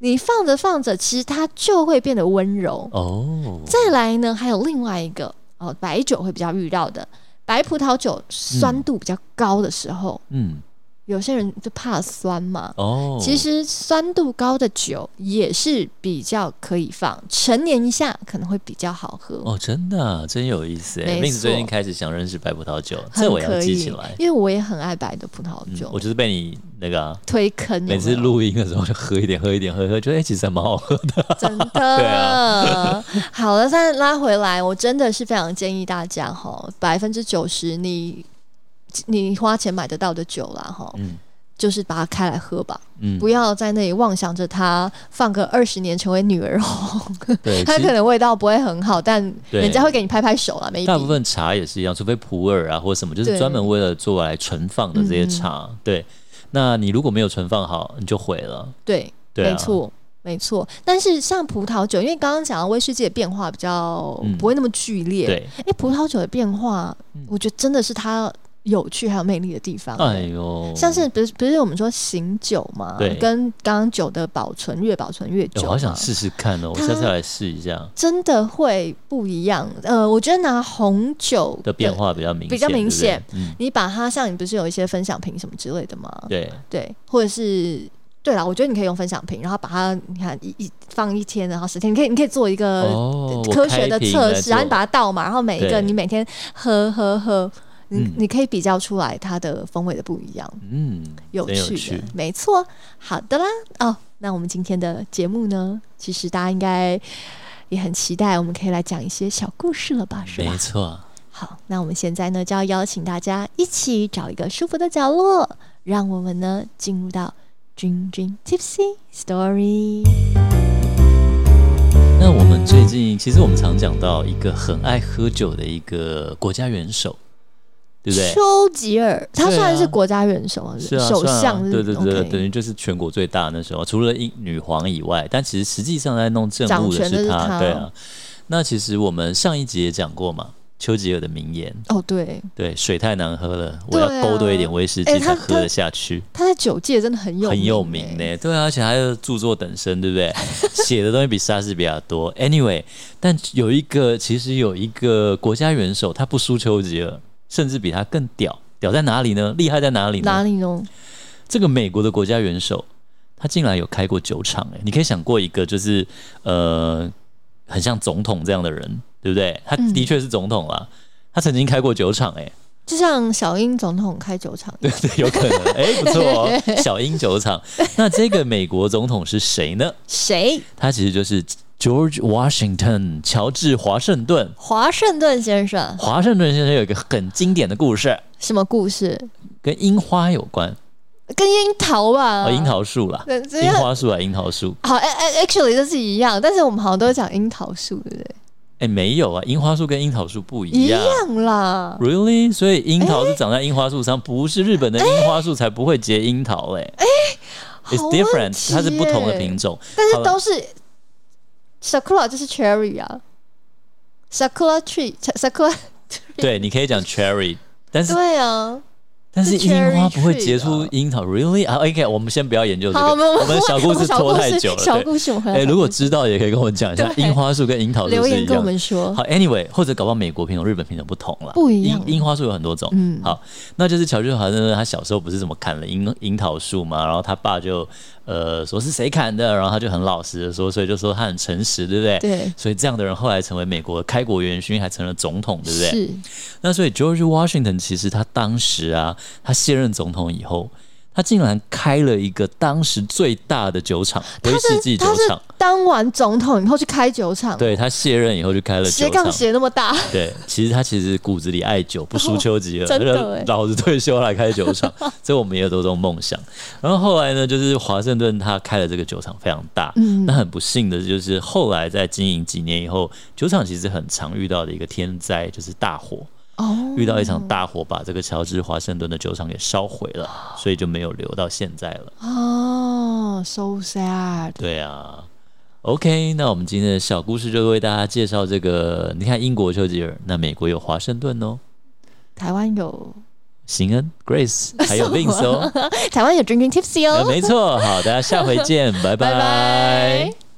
Speaker 3: 你放着放着，其实它就会变得温柔。
Speaker 2: 哦，
Speaker 3: 再来呢，还有另外一个哦，白酒会比较遇到的，白葡萄酒酸度比较高的时候，
Speaker 2: 嗯，
Speaker 3: 有些人就怕酸嘛。
Speaker 2: 哦，
Speaker 3: 其实酸度高的酒也是比较可以放，陈年一下可能会比较好喝。
Speaker 2: 哦，真的啊、真有意思哎
Speaker 3: 没
Speaker 2: m i
Speaker 3: 错
Speaker 2: 最近开始想认识白葡萄酒，
Speaker 3: 很
Speaker 2: 这我要
Speaker 3: 可
Speaker 2: 记
Speaker 3: 以
Speaker 2: 起来。
Speaker 3: 因为我也很爱白的葡萄
Speaker 2: 嗯
Speaker 3: 酒，
Speaker 2: 我就是被你那个、啊。
Speaker 3: 推坑有没有
Speaker 2: 每次录音的时候就喝一点，喝一点，喝一喝，觉得哎、其实还蛮好喝的。
Speaker 3: 真的，
Speaker 2: 对啊
Speaker 3: 好了，再拉回来，我真的是非常建议大家哈，百分之九十你你花钱买得到的酒啦哈，
Speaker 2: 嗯
Speaker 3: 就是把它开来喝吧，
Speaker 2: 嗯，
Speaker 3: 不要在那里妄想着它放个二十年成为女儿红，
Speaker 2: 嗯 对，
Speaker 3: 它
Speaker 2: 其实
Speaker 3: 可能味道不会很好，但
Speaker 2: 哎对
Speaker 3: 人家会给你拍拍手啦，没
Speaker 2: 大部分茶也是一样，除非普洱啊或什么，就是
Speaker 3: 对嗯
Speaker 2: 专门为了做来存放的这些茶。对，那你如果没有存放好，你就毁了。
Speaker 3: 对，
Speaker 2: 对啊，
Speaker 3: 没错。没错，但是像葡萄酒，因为刚刚讲到威士忌的变化比较
Speaker 2: 嗯
Speaker 3: 不会那么剧烈，
Speaker 2: 对，
Speaker 3: 哎、葡萄酒的变化，
Speaker 2: 嗯
Speaker 3: 我觉得真的是它有趣还有魅力的地方。
Speaker 2: 哎呦，
Speaker 3: 像是不是不是我们说醒酒嘛，
Speaker 2: 对
Speaker 3: 跟刚刚酒的保存越保存越
Speaker 2: 哎
Speaker 3: 久
Speaker 2: 我
Speaker 3: 嘛，
Speaker 2: 好想试试看哦，我
Speaker 3: 啊它
Speaker 2: 下次要来试一下，
Speaker 3: 真的会不一样。呃，我觉得拿红酒
Speaker 2: 的变，化比较明
Speaker 3: 比
Speaker 2: 显，
Speaker 3: 较明显
Speaker 2: 对不对，嗯，
Speaker 3: 你把它像你不是有一些分享瓶什么之类的吗？
Speaker 2: 对，
Speaker 3: 对，或者是。对啦，我觉得你可以用分享瓶，然后把它，你看一一放一天，然后十天，你可以你可以做一个
Speaker 2: 哦，我
Speaker 3: 呃科学
Speaker 2: 开
Speaker 3: 的
Speaker 2: 瓶
Speaker 3: 测
Speaker 2: 来
Speaker 3: 试，然后你
Speaker 2: 做
Speaker 3: 把它倒嘛，然后每一
Speaker 2: 对
Speaker 3: 个你每天喝喝喝，你、
Speaker 2: 嗯
Speaker 3: 你可以比较出来它的风味的不一样，
Speaker 2: 嗯，
Speaker 3: 有
Speaker 2: 真
Speaker 3: 趣的，
Speaker 2: 趣
Speaker 3: 没错。好的啦，哦，那我们今天的节目呢，其实大家应该也很期待，我们可以来讲一些小故事了吧，是吧
Speaker 2: 没？错，
Speaker 3: 好，那我们现在呢就要邀请大家一起找一个舒服的角落，让我们呢进入到 Dream Dream Tipsy Story。
Speaker 2: 那我们最近其实我们常讲到一个很爱喝酒的一个国家元首，对不对？
Speaker 3: 丘吉尔，他
Speaker 2: 对啊
Speaker 3: 虽然是国家元首，
Speaker 2: 是
Speaker 3: 是
Speaker 2: 啊，
Speaker 3: 首
Speaker 2: 算
Speaker 3: 相
Speaker 2: 啊，
Speaker 3: 是
Speaker 2: 对对对，
Speaker 3: OK
Speaker 2: 等于就是全国最大那时候，除了英女皇以外，但其实实际上在弄政务
Speaker 3: 掌权的
Speaker 2: 是
Speaker 3: 是
Speaker 2: 他，
Speaker 3: 他
Speaker 2: 对啊。那其实我们上一集也讲过嘛，丘吉尔的名言，
Speaker 3: 哦，对，
Speaker 2: 对，水太难喝了，我
Speaker 3: 对
Speaker 2: 要
Speaker 3: 啊
Speaker 2: 勾兑一点威士忌
Speaker 3: 哎他
Speaker 2: 才喝得下去。
Speaker 3: 他在酒界真的很有
Speaker 2: 很有
Speaker 3: 名
Speaker 2: 名
Speaker 3: 欸
Speaker 2: 呢、对啊，而且他的著作等身，对不对？写的东西比莎士比亚多。Anyway，但有一个其实有一个国家元首，他不输丘吉尔，甚至比他更屌。屌在哪里呢？厉害在哪里呢？
Speaker 3: 哪里呢？
Speaker 2: 这个美国的国家元首，他竟然有开过酒厂、欸，你可以想过一个就是呃，很像总统这样的人，对不对？他的确是总统啦，他曾经开过酒厂、欸， 哎，
Speaker 3: 就像小英总统开酒厂，
Speaker 2: 对对，有可 能，哎、不错哦，小英酒厂。那这个美国总统是谁呢？
Speaker 3: 谁？
Speaker 2: 他其实就是 George Washington，乔治华盛顿。
Speaker 3: 华盛顿先生？
Speaker 2: 华盛顿先生有一个很经典的故事，
Speaker 3: 什么故事？
Speaker 2: 跟樱花有关，
Speaker 3: 跟樱桃吧？
Speaker 2: 哦，樱。桃树啦，
Speaker 3: 对，啊这
Speaker 2: 樱
Speaker 3: 样
Speaker 2: 花树啊，樱桃树。
Speaker 3: 好哎哎，actually 这是一样，但是我们好像都讲樱桃树，对不对？
Speaker 2: 哎，没有啊，樱花树跟樱桃树不
Speaker 3: 一
Speaker 2: 一样。
Speaker 3: 样啦。
Speaker 2: Really？所以樱桃是长在樱花树上，不是日本的樱花树才不会结樱桃哎、i t s
Speaker 3: 好问
Speaker 2: different，
Speaker 3: 题
Speaker 2: 它是不同的
Speaker 3: 耶
Speaker 2: 品种。
Speaker 3: 但
Speaker 2: 好
Speaker 3: 是
Speaker 2: 了
Speaker 3: 都是 sakura 就是 cherry 啊，sakura tree sakura
Speaker 2: 对，你可以讲 cherry，但是
Speaker 3: 对啊，
Speaker 2: 但是
Speaker 3: 是
Speaker 2: 樱
Speaker 3: cherry
Speaker 2: 花不会
Speaker 3: tree
Speaker 2: 结出
Speaker 3: 啊
Speaker 2: 樱桃，really？啊，OK，我们先不要研究这个，
Speaker 3: 好，我们
Speaker 2: 们小故事
Speaker 3: 小
Speaker 2: 拖
Speaker 3: 故
Speaker 2: 太
Speaker 3: 事
Speaker 2: 久了。
Speaker 3: 小
Speaker 2: 对。
Speaker 3: 故事我们回来
Speaker 2: 哎、
Speaker 3: 讲
Speaker 2: 如果知道也可以跟我讲一下，
Speaker 3: 对
Speaker 2: 樱花树跟樱桃树
Speaker 3: 留
Speaker 2: 哦是一
Speaker 3: 言跟我
Speaker 2: 样
Speaker 3: 们
Speaker 2: 的。
Speaker 3: 说
Speaker 2: 好，Anyway，或者搞不好美国品种、日本品种不同了，
Speaker 3: 不一样
Speaker 2: 樱樱花树有很多种，
Speaker 3: 嗯
Speaker 2: 好，那就是乔治华盛顿他小时候不是怎么砍了樱樱桃树嘛，然后他爸就呃说是谁砍的，然后他就很老实的说，所以就说他很诚实，对不对？
Speaker 3: 对，
Speaker 2: 所以这样的人后来成为美国开国元勋，还成了总统，对不对？
Speaker 3: 是
Speaker 2: 那所以 George Washington 其实他当时啊，他卸任总统以后，他竟然开了一个当时最大的酒厂——威
Speaker 3: 他
Speaker 2: 士忌
Speaker 3: 是
Speaker 2: 酒
Speaker 3: 他是
Speaker 2: 厂。
Speaker 3: 当完总统以后去开酒厂，
Speaker 2: 对他卸任以后就开了酒
Speaker 3: 斜
Speaker 2: 厂
Speaker 3: 杠。斜那么大，
Speaker 2: 对，其实他其实骨子里爱酒，不输丘吉尔，
Speaker 3: 哦真的
Speaker 2: 就是
Speaker 3: 欸
Speaker 2: 老子退休来开酒 厂，这我们也有这种梦想。然后后来呢，就是华盛顿他开了这个酒厂非常大，
Speaker 3: 嗯
Speaker 2: 那很不幸的就是后来在经营几年以后，酒厂其实很常遇到的一个天灾就是大火。
Speaker 3: 哦
Speaker 2: 遇到一场大火，把这个乔治华盛顿的酒厂给烧毁了，所以就没有留到现在了。
Speaker 3: 哦，so sad。
Speaker 2: 对啊。OK，那我们今天的小故事就为大家介绍这个。你看，英国丘吉尔，那美国有华盛顿哦，
Speaker 3: 台湾有，
Speaker 2: 邢恩、Grace 还有 Vince 哦，
Speaker 3: 台湾有 Drinking Tipsy
Speaker 2: 呃。没错。好，大家下回 见，拜
Speaker 3: 拜拜。